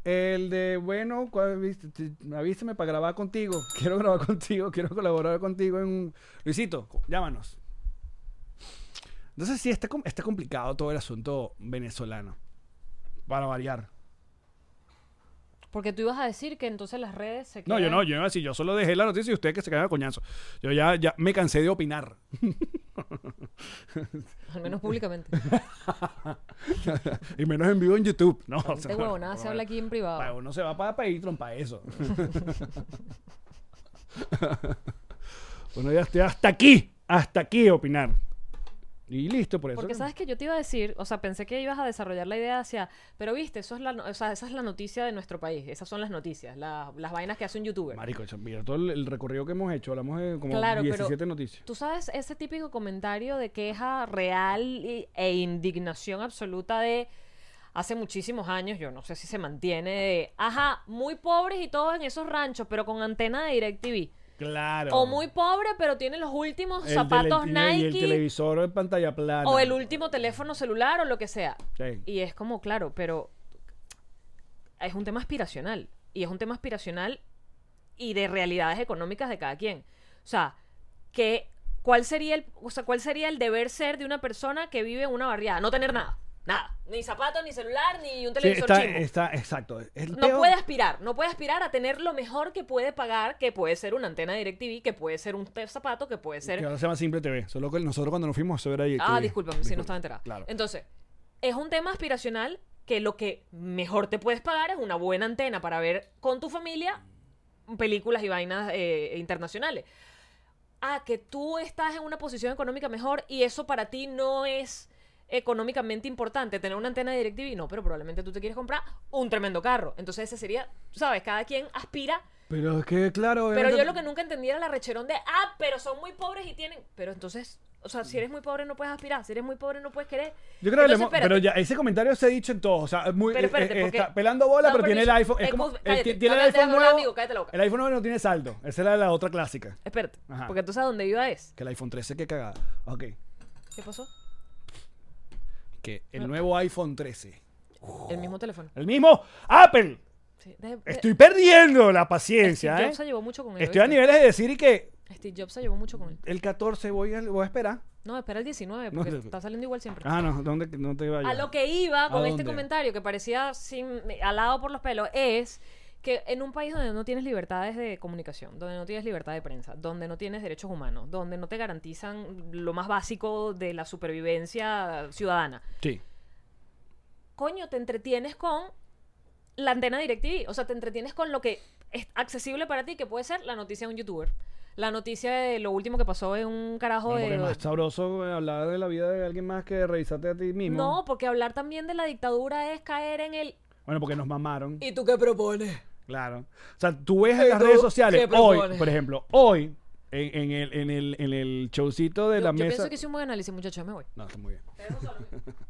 El de, bueno, ¿cuál viste? Te- avísame para grabar contigo. Quiero grabar contigo, quiero colaborar contigo en un... Luisito, llámanos. Entonces sí, está, com- está complicado todo el asunto venezolano. Para variar.
Porque tú ibas a decir que entonces las redes se
No,
quedan-
yo no, yo no, si yo solo dejé la noticia y ustedes que se quedan a coñazo. Yo ya, ya me cansé de opinar.
Al menos públicamente.
y menos en vivo en YouTube. No, o
Este huevonada se habla aquí en privado.
Para uno se va para Patreon para eso. bueno, ya estoy hasta aquí, hasta aquí opinar. Y listo, por eso.
Porque sabes que yo te iba a decir, o sea, pensé que ibas a desarrollar la idea hacia, pero viste, eso es la, no- o sea, esa es la noticia de nuestro país, esas son las noticias, la- las vainas que hace un youtuber.
Marico, eso- mira todo el, el recorrido que hemos hecho, hablamos de como
Claro, pero
17 noticias.
Tú sabes ese típico comentario de queja real y- e indignación absoluta de hace muchísimos años, yo no sé si se mantiene, de, ajá, muy pobres y todo en esos ranchos, pero con antena de DirecTV.
Claro.
O muy pobre, pero tiene los últimos
El
zapatos
tele- Y el
Nike.
televisor en pantalla plana.
o el último teléfono celular o lo que sea.
Sí.
Y es como, claro, pero es un tema aspiracional. Y es un tema aspiracional y de realidades económicas de cada quien. O sea, que, ¿cuál, sería el, o sea, ¿cuál sería el deber ser de una persona que vive en una barriada? No tener nada. Nada. Ni zapatos, ni celular, ni un
Sí,
televisor
está,
chimbo.
está, exacto. El
No
peor-
puede aspirar, no puede aspirar a tener lo mejor que puede pagar, que puede ser una antena de DirecTV, que puede ser un te- zapato, que puede ser
Que ahora se llama Simple TV. Solo que nosotros cuando nos fuimos, eso era ahí.
Ah,
que-
discúlpame, si no estaba
disculpa.
enterada.
Claro.
Entonces, es un tema aspiracional que lo que mejor te puedes pagar es una buena antena para ver con tu familia películas y vainas eh, internacionales. Ah, que tú estás en una posición económica mejor y eso para ti no es económicamente importante tener una antena de DirecTV, no, pero probablemente tú te quieres comprar un tremendo carro. Entonces ese sería, tú sabes, cada quien aspira,
Pero es que,
pero
claro. obviamente-
yo lo que nunca entendí era la recherón de, ah, pero son muy pobres y tienen, pero entonces, o sea, si eres muy pobre no puedes aspirar, si eres muy pobre no puedes querer.
Yo creo que le
Entonces,
hemos-
espérate.
pero ya ese comentario se ha dicho en todos, o sea, es muy
Pero
eh,
espérate,
eh,
porque-
está pelando bola,
No,
pero
pero
tiene el
yo-
iPhone, es
eh,
como
pues,
el,
cállate,
ti- tiene el
no me
iPhone
hables,
nuevo,
amigo, cállate la boca.
el iPhone nuevo no tiene saldo, esa era la otra clásica,
Espérate,
Ajá.
porque tú sabes dónde iba es.
que el iPhone 13 que cagada, ok,
¿Qué pasó?
que el nuevo iPhone 13,
El mismo teléfono.
el mismo Apple,
Sí, de- de-
estoy perdiendo la
Steve
paciencia,
Jobs se
¿eh?
llevó mucho con él.
estoy a
¿oíste?
niveles de decir y que
Steve Jobs se llevó mucho con él.
el 14 voy a, voy a esperar,
No, espera el 19,
No,
porque
no, no.
está saliendo igual siempre.
ah no, ¿dónde no te vayas?
A lo que iba con
¿A
este
dónde?
comentario que parecía sin, eh, alado por los pelos es que en un país donde no tienes libertades de comunicación, donde no tienes libertad de prensa, donde no tienes derechos humanos, donde no te garantizan lo más básico de la supervivencia ciudadana,
Sí,
coño, te entretienes con la antena DirecTV. O sea, te entretienes con lo que es accesible para ti, que puede ser la noticia de un youtuber. La noticia de lo último que pasó en un carajo
Bueno, porque
de...
es más sabroso eh, hablar de la vida de alguien más que revisarte a ti mismo,
No, porque hablar también de la dictadura es caer en el...
bueno, porque nos mamaron.
¿Y tú qué propones?
Claro. O sea, tú ves en
¿Y
las
tú
redes
qué
sociales hoy,
propones?
por ejemplo, hoy, en, en el, en, el, en el showcito de
Yo,
la
yo
mesa.
pienso que hice un buen análisis, muchachos, me voy.
No, está muy bien.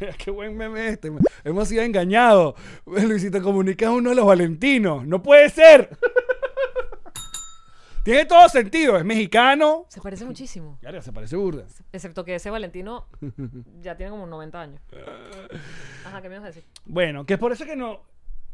Mira, Qué buen meme este. Hemos sido engañados. Pues, Luisito Comunica es uno de los valentinos. No puede ser. Tiene todo sentido. Es mexicano.
Se parece muchísimo.
Claro, se parece burda.
Excepto que ese Valentino ya tiene como 90 años. Ajá, ¿qué me ibas a decir?
Bueno, que es por eso que no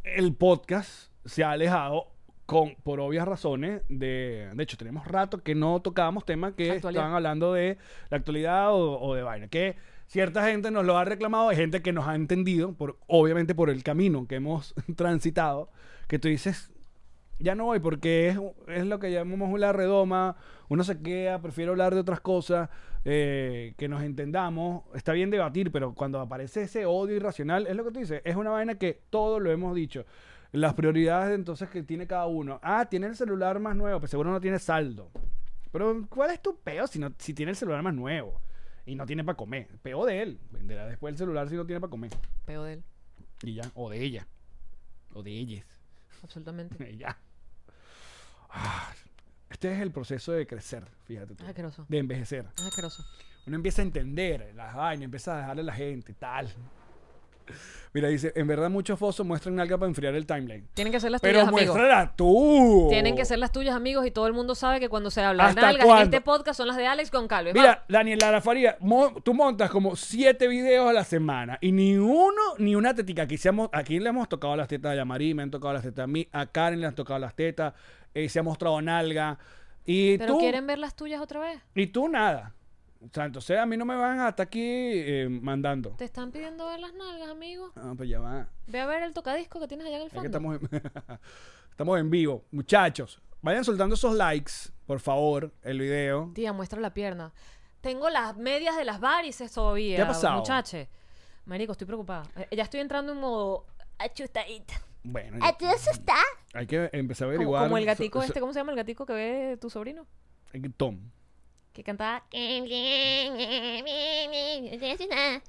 el podcast se ha alejado con por obvias razones de de hecho tenemos rato que no tocábamos temas que
Actualidad.
estaban hablando de la actualidad o, o de vaina que cierta gente nos lo ha reclamado hay gente que nos ha entendido por obviamente por el camino que hemos transitado que tú dices ya no voy porque es, es lo que llamamos una redoma, uno se queda, prefiero hablar de otras cosas, eh, que nos entendamos, está bien debatir, pero cuando aparece ese odio irracional, es lo que tú dices, es una vaina que todo lo hemos dicho. Las prioridades entonces que tiene cada uno. Ah, tiene el celular más nuevo, pues seguro no tiene saldo. Pero ¿cuál es tu peo si, no, si tiene el celular más nuevo y no tiene para comer? Peo de él, venderá después el celular si no tiene para comer.
Peo de él,
Y ya, o de ella, o de ellas.
absolutamente.
Y ya. Ah, Este es el proceso de crecer, fíjate tú.
Es asqueroso.
De envejecer.
Es asqueroso.
Uno empieza a entender las vainas, empieza a dejarle a la gente, tal. Mira, dice, en verdad muchos fosos muestran alga para enfriar el timeline.
Tienen que ser las
Pero
tuyas, amigos.
muéstrala tú.
Tienen que ser las tuyas, amigos, y todo el mundo sabe que cuando se habla de
¿Hasta
nalgas en
cuándo?
este podcast son las de Alex con Calves.
Mira, Daniel Lara Faría, mo- tú montas como siete videos a la semana y ni uno, ni una tetica. Aquí, se ha mo- aquí le hemos tocado las tetas a Yamari, me han tocado las tetas a mí, a Karen le han tocado las tetas, eh, se ha mostrado nalga. Y
¿Pero
tú,
quieren ver las tuyas otra vez?
y tú nada. O sea, entonces a mí no me van hasta aquí eh, mandando.
Te están pidiendo ver las nalgas, amigo.
Ah, pues ya va.
Ve a ver el tocadisco que tienes allá en el
Es que
fondo.
estamos en, estamos en vivo. Muchachos, vayan soltando esos likes, por favor, el video.
Tía, muestra la pierna. Tengo las medias de las varices todavía.
¿Qué ha pasado?
Muchache. Marico, estoy preocupada. Eh, Ya estoy entrando en modo achutadita.
Bueno,
¿A ti eso está?
hay que empezar
Como,
a averiguar.
como el
so-
gatico
so-
este, ¿cómo se llama el gatico que ve tu sobrino?
eh, Tom.
Que cantaba.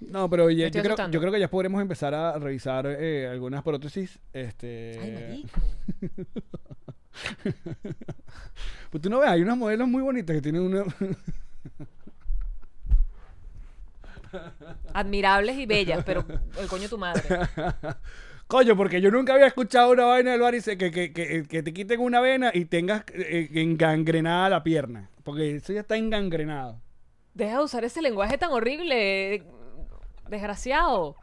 No, pero ya-
estoy
yo, creo,
asustando.
yo creo que ya podremos empezar a revisar eh, algunas prótesis. Este...
Ay, marico.
Pues tú no ves, hay unas modelos muy bonitas que tienen una...
Admirables y bellas, pero el coño de tu madre.
Coño, porque yo nunca había escuchado una vaina del varice que, que, que, eh, que te quiten una vena y tengas eh, engangrenada la pierna. Porque eso ya está engangrenado.
Deja de usar ese lenguaje tan horrible. Desgraciado.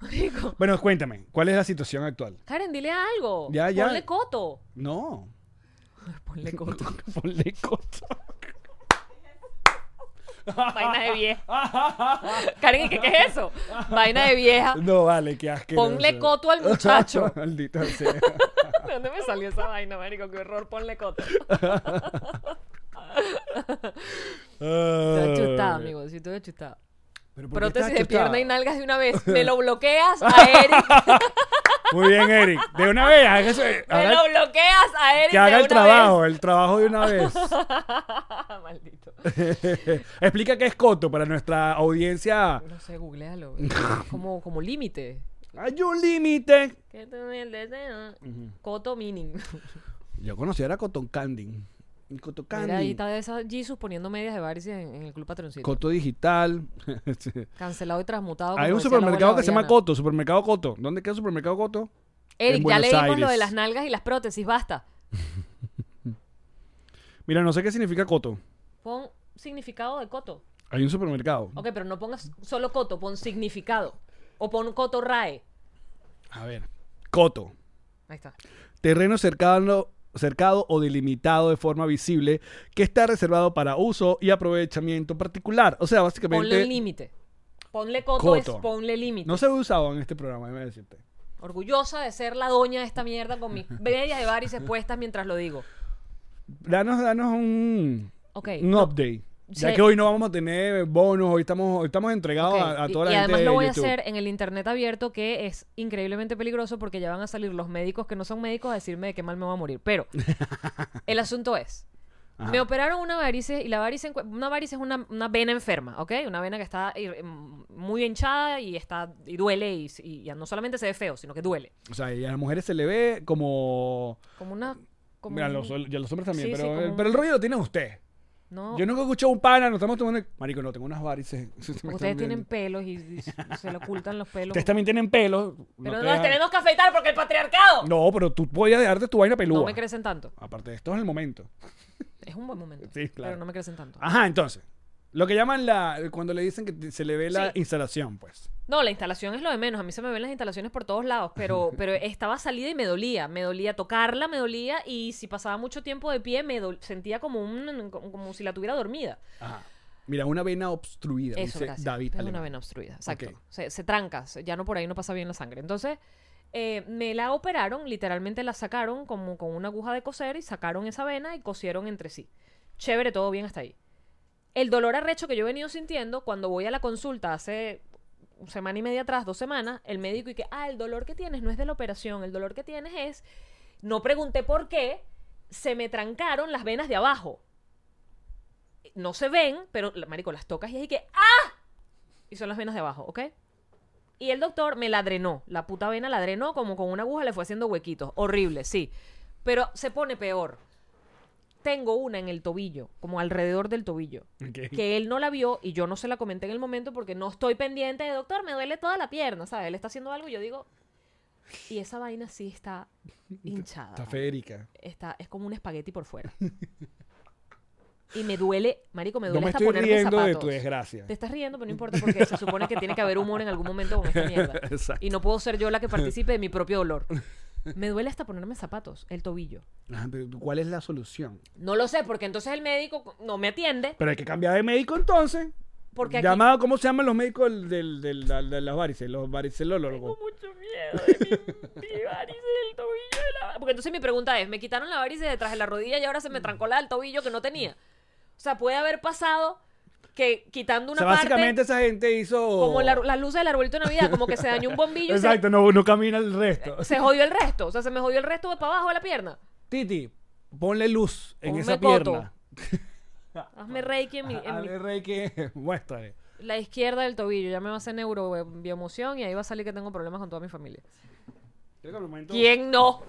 Marico.
Bueno, cuéntame, ¿cuál es la situación actual?
Karen, dile algo.
Ya, ya.
Ponle coto.
No.
Ponle coto.
Ponle coto.
Vaina de vieja. Karen, ¿y ¿qué, qué es eso? Vaina de vieja.
No, vale, qué asqueroso.
Ponle coto al muchacho.
Maldito sea.
¿De dónde me salió esa vaina, marico? Qué horror, ponle coto. Estoy chutada, amigo. Sí, estoy chutada.
Pero ¿por qué estás
Prótesis de
chutada?
pierna y nalgas de una vez. Me lo bloqueas a Eric.
Muy bien, Eric. De una vez, haga eso, eh,
Me
haga-
lo bloqueas a Eric.
que
de
haga el
una
trabajo, el trabajo de una vez.
vez. Maldito.
Explica qué es coto para nuestra audiencia.
No sé, googlealo. Como, como límite.
Hay un límite.
Que tú me deseas. Coto meaning.
Yo conocí a Cotton Candy. Cotton
Mira, ahí
Candy.
está esa Jesus poniendo medias de varices en, en el Club Patroncito.
Coto digital. Sí.
Cancelado y transmutado.
Hay
como
un
decía la
supermercado
abuela
que se llama
Doriana.
Coto, supermercado Coto. ¿Dónde queda el supermercado Coto? en
Eric, ya
Buenos
leímos lo
Aires.
de las nalgas y las prótesis. Basta.
Mira, no sé qué significa Coto.
Pon significado de coto.
Hay un supermercado.
Ok, pero no pongas solo coto, pon significado. O pon coto rae.
A ver. Coto.
Ahí está.
terreno cercano, cercado o delimitado de forma visible que está reservado para uso y aprovechamiento particular. O sea,
Ponle un
básicamente
límite. Ponle coto,
Coto.
es ponle límite.
no se ve usado en este programa, déjame decirte.
Orgullosa de ser la doña de esta mierda con mis medias de varices puestas mientras lo digo.
Danos, danos un,
Ok.
un update. Ya
Sí.
que hoy no vamos a tener bonos, hoy estamos, hoy estamos entregados
Ok,
a, a
y-
toda la
y
gente
además
de
lo voy
YouTube.
a hacer en el internet abierto que es increíblemente peligroso porque ya van a salir los médicos que no son médicos a decirme de qué mal me voy a morir pero el asunto es me operaron una varice y la varice encue- una varice es una, una vena enferma ¿ok? una vena que está ir- mm, muy hinchada y está y duele y, y ya no solamente se ve feo sino que duele
O sea, y a las mujeres se le ve como...
como una como
Mira,
un-
los, y a los hombres
Sí,
también,
sí,
pero,
como un-
pero el rollo lo tiene usted.
no
Yo nunca he escuchado un pana, nos estamos tomando... Marico, no, tengo unas varices. Me están
ustedes tienen
viendo.
pelos y, y se le ocultan los pelos
Ustedes también tienen pelos.
pero
te
nos
dejan-
tenemos que afeitar porque el patriarcado
No, pero tú podías dejarte tu vaina pelúa.
no me crecen tanto
Aparte de esto es el momento.
es un buen momento
Sí, claro. Ah.
pero no me crecen tanto
Ajá, entonces. Lo que llaman la. Cuando le dicen que te- se le ve la
Sí.
instalación, pues.
No, la instalación es lo de menos. A mí se me ven las instalaciones por todos lados, pero, pero estaba salida y me dolía. Me dolía tocarla, me dolía y si pasaba mucho tiempo de pie me dol- sentía como, un, como, como si la tuviera dormida.
Ajá. Mira, una vena obstruida.
Eso,
dice
gracias. es
David.
una
Alemán.
vena obstruida, exacto.
Ok.
Se, se tranca, se- ya no por ahí no pasa bien la sangre. Entonces, eh, me la operaron, literalmente la sacaron como con una aguja de coser y sacaron esa vena y cosieron entre sí. Chévere, todo bien hasta ahí. El dolor arrecho que yo he venido sintiendo cuando voy a la consulta hace semana y media atrás, dos semanas, el médico y que, ah, el dolor que tienes no es de la operación, el dolor que tienes es, no pregunté por qué, se me trancaron las venas de abajo. No se ven, pero, la- marico, las tocas y es ahí que, ¡ah! Y son las venas de abajo, ¿ok? Y el doctor me la drenó, la puta vena la drenó como con una aguja le fue haciendo huequitos, horrible, sí. Pero se pone peor. tengo una en el tobillo, como alrededor del tobillo, que él no la vio y yo no se la comenté en el momento porque no estoy pendiente de, doctor, me duele toda la pierna, ¿sabes? Él está haciendo algo y yo digo, y esa vaina sí está hinchada.
Está Federica.
Está- es como un espagueti por fuera. y me duele, marico, me
No
duele
me
hasta
estoy
ponerme
riendo de
zapatos.
tu desgracia.
Te estás riendo, pero no importa porque se supone que tiene que haber humor en algún momento con esta mierda.
Exacto.
Y no puedo ser yo la que participe de mi propio dolor. Me duele hasta ponerme zapatos, el tobillo.
Ah, pero ¿cuál es la solución?
No lo sé, porque entonces el médico no me atiende.
Pero hay que cambiar de médico entonces.
Porque aquí-
Llamado, ¿cómo se llaman los médicos del, del, del- del- de las varices? Los varicelólogos.
mucho miedo de mi, mi varice del tobillo. de la- Porque entonces mi pregunta es, me quitaron la varice detrás de la rodilla y ahora se me
Mm.
trancó la del tobillo que no tenía. O sea, puede haber pasado que quitando
O
una
sea,
parte...
básicamente esa gente hizo...
Como la- las luces del arbolito de Navidad, como que se dañó un bombillo y se-
Exacto, no, no camina el resto.
se, jodió el resto. O sea, se me jodió el resto de para abajo de la pierna.
Titi, ponle luz en
Ponme
esa
coto.
pierna.
Hazme reiki en mi, en
Ah. A
mi-
ver, Rey, que muéstrale.
la izquierda del tobillo. Ya me va a hacer neurobiomoción y ahí va a salir que tengo problemas con toda mi familia. ¿Quién no?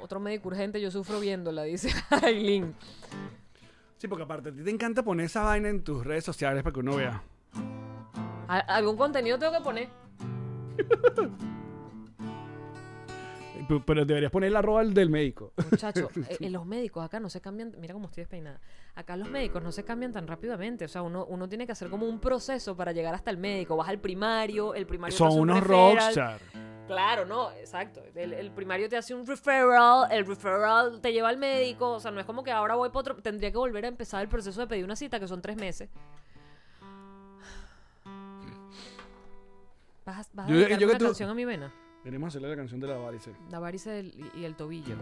Otro médico urgente, yo sufro viéndola, dice Aileen.
Sí, porque aparte a ti te encanta poner esa vaina en tus redes sociales para que uno
Ah.
vea.
A- ¿Algún contenido tengo que poner?
P- Pero deberías poner la arroba del médico.
Muchacho, eh, eh, los médicos acá no se cambian. Mira cómo estoy despeinada. Acá los médicos no se cambian tan rápidamente. O sea, uno, uno tiene que hacer como un proceso para llegar hasta el médico. Vas al primario, el primario. te
Son
hace un
unos
referral.
rockstar.
Claro, no, exacto. El, el primario te hace un referral, el referral te lleva al médico. O sea, no es como que ahora voy para otro. Tendría que volver a empezar el proceso de pedir una cita, que son tres meses. ¿Vas a, vas a
Hmm. Yo- yo
dedicarme
que
una
tú-
canción a mi vena?
Tenemos que hacerle la canción de la varice.
La varice del- y, y el tobillo.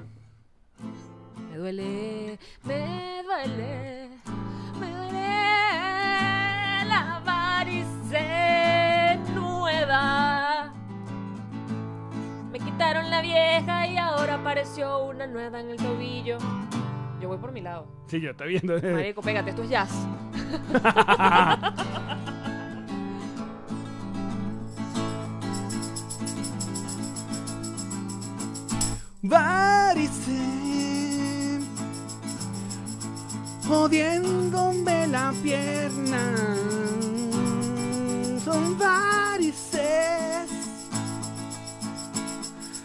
Me duele, me duele, me duele la varice nueva. Me quitaron la vieja y ahora apareció una nueva en el tobillo. Yo voy por mi lado.
Sí, yo estoy viendo.
Marico, pégate, esto es jazz.
Varice. Jodiéndome la pierna. Son varices.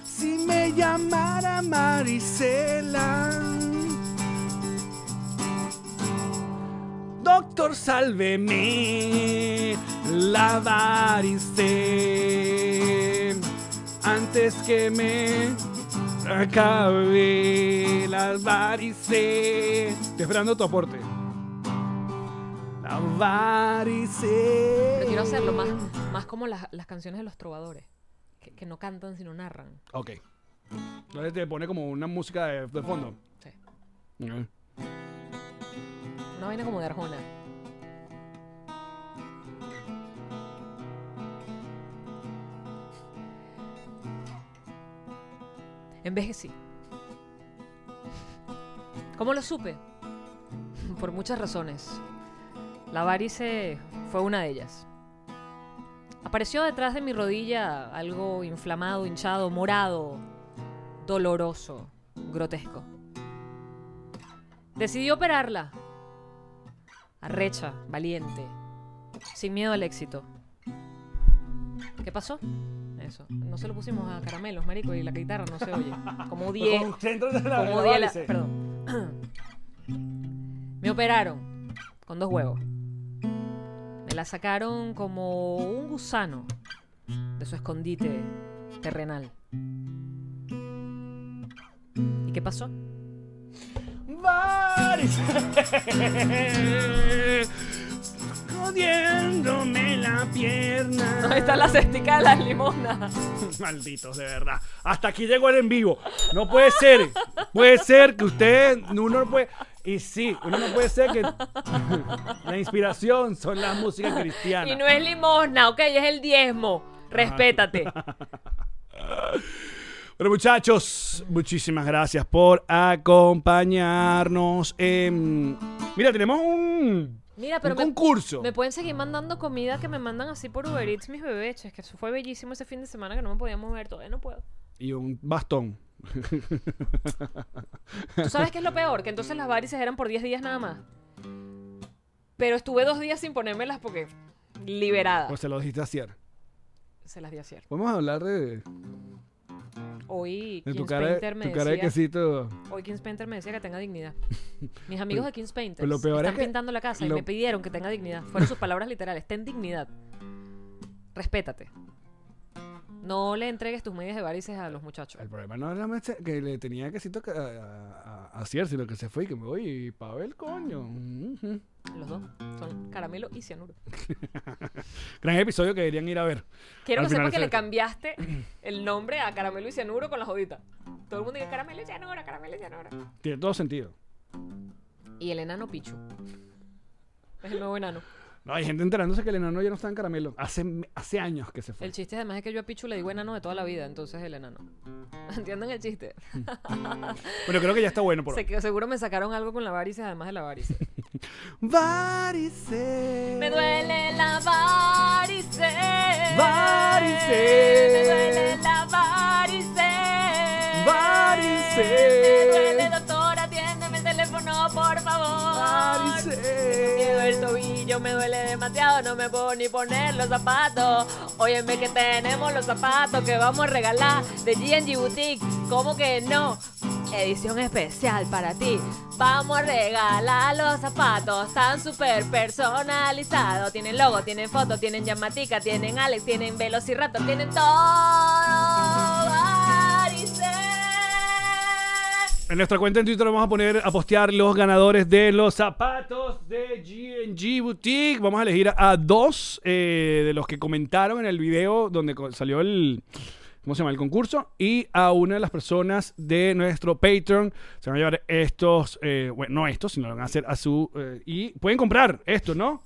Si me llamara Marisela. Doctor, sálveme la varice antes que me acabe la varice. Estoy esperando tu aporte. La varice.
Pero quiero hacerlo más, más como las, las canciones de los trovadores, que, que no cantan sino narran.
Ok. Entonces te pone como una música de, de fondo.
Sí.
Ok.
Una vaina como de Arjona. Envejecí. ¿Cómo lo supe? Por muchas razones. La varice fue una de ellas. Apareció detrás de mi rodilla algo inflamado, hinchado, morado, doloroso, grotesco. Decidí operarla arrecha, valiente, sin miedo al éxito. ¿Qué pasó? Eso. No se lo pusimos a caramelos, marico, y la guitarra no se oye. Como 10.
Concéntrate en la-
Como
la
odié la-
varice.
Perdón. Me operaron con dos huevos. Me la sacaron como un gusano de su escondite terrenal. ¿Y qué pasó?
Varice. Jodiéndome la pierna.
Ahí está la cestica de las limonas.
Malditos, de verdad. Hasta aquí llegó el en vivo. No puede ser. Puede ser que usted. Uno no puede. Y sí, uno no puede ser que. La inspiración son las músicas cristianas.
Y no es limosna, ok, es el diezmo. Respétate.
Pero muchachos, muchísimas gracias por acompañarnos. Em, mira, tenemos un.
Mira, pero
un
me-
concurso.
Me pueden seguir mandando comida que me mandan así por Uber Eats mis bebés. Es que eso fue bellísimo ese fin de semana que no me podía mover, todavía no puedo.
y un bastón.
¿Tú sabes qué es lo peor? Que entonces las varices eran por 10 días nada más. Pero estuve dos días sin ponérmelas porque liberada.
Pues se lo dijiste a Cier.
Se las di a Cier.
Vamos a hablar de, de
Hoy
tu,
Kings
cara,
Painter me
tu cara de
decía...
quesito.
Hoy Kings Painter me decía que tenga dignidad. Mis amigos de Kings Painter
Pues, lo peor
están
es que-
pintando la casa
lo-
y me pidieron que tenga dignidad. Fueron sus palabras literales. Ten dignidad. Respétate. No le entregues tus medias de varices a los muchachos.
El problema no era más que le tenía quesito que- a, a, a Cier, sino que se fue y que me voy. Y Pavel, coño. Ujú.
Los dos son caramelo y cianuro.
Gran episodio que deberían ir a ver.
Quiero
Al
que sepa
final
que le
se-
cambiaste el nombre a caramelo y cianuro con la jodita. Todo el mundo dice caramelo y cianuro, caramelo y cianuro.
Tiene todo sentido.
Y el enano Pichu. Es el nuevo enano.
No, hay gente enterándose que el enano ya no está en caramelo. Hace, hace años que se fue.
El chiste además es que yo a Pichu le digo enano de toda la vida, entonces el enano. ¿Entienden el chiste?
Pero creo que ya está bueno por
Se-
hoy.
que seguro me sacaron algo con la varices, además de la varices.
Varices.
me duele la varices.
Varices.
Me duele la varices. Me duele,
Varices.
doctora, atiéndeme el teléfono, por favor.
Varices.
Miedo el tobillo, me duele demasiado, no me puedo ni poner los zapatos. Óyeme que tenemos los zapatos que vamos a regalar de G&G Boutique. ¿Cómo que no? Edición especial para ti. Vamos a regalar los zapatos tan súper personalizados. Tienen logo, tienen foto, tienen llamatica, tienen Alex, tienen Velociraptor, tienen todo. Varices.
En nuestra cuenta en Twitter vamos a poner a postear los ganadores de los zapatos de GNG Boutique. Vamos a elegir a dos eh, de los que comentaron en el video donde co- salió el. ¿Cómo se llama? El concurso. Y a una de las personas de nuestro Patreon. Se van a llevar estos. eh, bueno, no estos, sino lo van a hacer a su. eh, y pueden comprar esto, ¿no?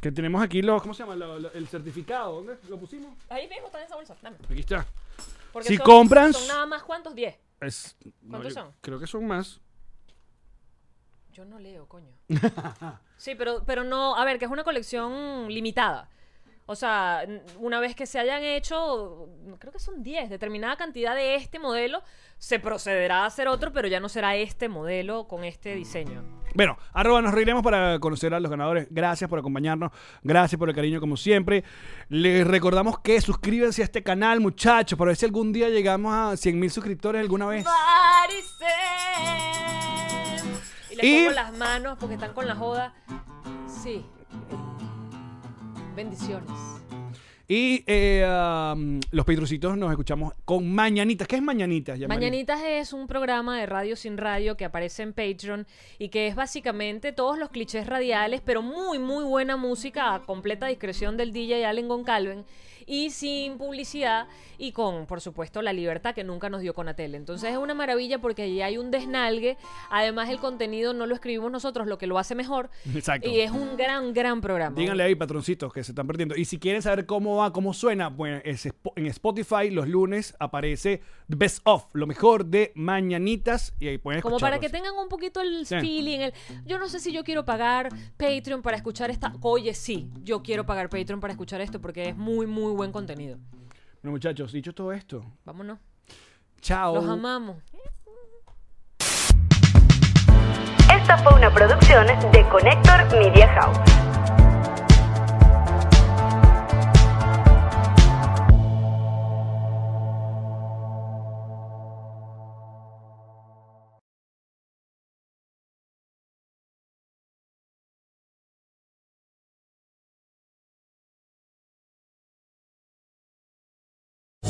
Que tenemos aquí los. ¿Cómo se llama? Lo- lo- el certificado. ¿Dónde lo pusimos?
Ahí mismo está en esa bolsa. Dame.
Aquí está.
Porque
Si
son-
compran-
Son nada más cuántos 10.
Es- no,
¿Cuántos
yo
son?
Creo que son más.
Yo no leo, coño. sí, pero, pero no, a ver, que es una colección limitada. O sea, n- una vez que se hayan hecho, creo que son 10, determinada cantidad de este modelo, se procederá a hacer otro, pero ya no será este modelo con este diseño.
Bueno, arroba nos reiremos para conocer a los ganadores. Gracias por acompañarnos. Gracias por el cariño, como siempre. Les recordamos que suscríbanse a este canal, muchachos, para ver si algún día llegamos a 100 mil suscriptores alguna vez.
Parisen. Y les
Y-
pongo las manos porque están con la joda. Sí. Bendiciones.
Y eh, um, los Petrucitos nos escuchamos con Mañanitas. ¿Qué es Mañanitas? Yamari?
Mañanitas es un programa de radio sin radio que aparece en Patreon y que es básicamente todos los clichés radiales, pero muy, muy buena música a completa discreción del DJ Allen Goncalven y sin publicidad y con, por supuesto, la libertad que nunca nos dio Conatel. Entonces es una maravilla porque allí hay un desnalgue. Además, el contenido no lo escribimos nosotros, lo que lo hace mejor.
Exacto.
Y es un gran, gran programa.
Díganle ahí, patroncitos, que se están perdiendo. Y si quieren saber cómo va, cómo suena, bueno, es Spo- en Spotify los lunes aparece The Best Of, lo mejor de Mañanitas. Y ahí pueden
Como para que
escucharlos.
tengan un poquito el
Sí.
feeling, el yo no sé si yo quiero pagar Patreon para escuchar esta. Oye, sí, yo quiero pagar Patreon para escuchar esto porque es muy, muy buen contenido.
Bueno, muchachos, dicho todo esto,
Vámonos.
chao.
Los amamos.
Esta fue una producción de Connector Media House.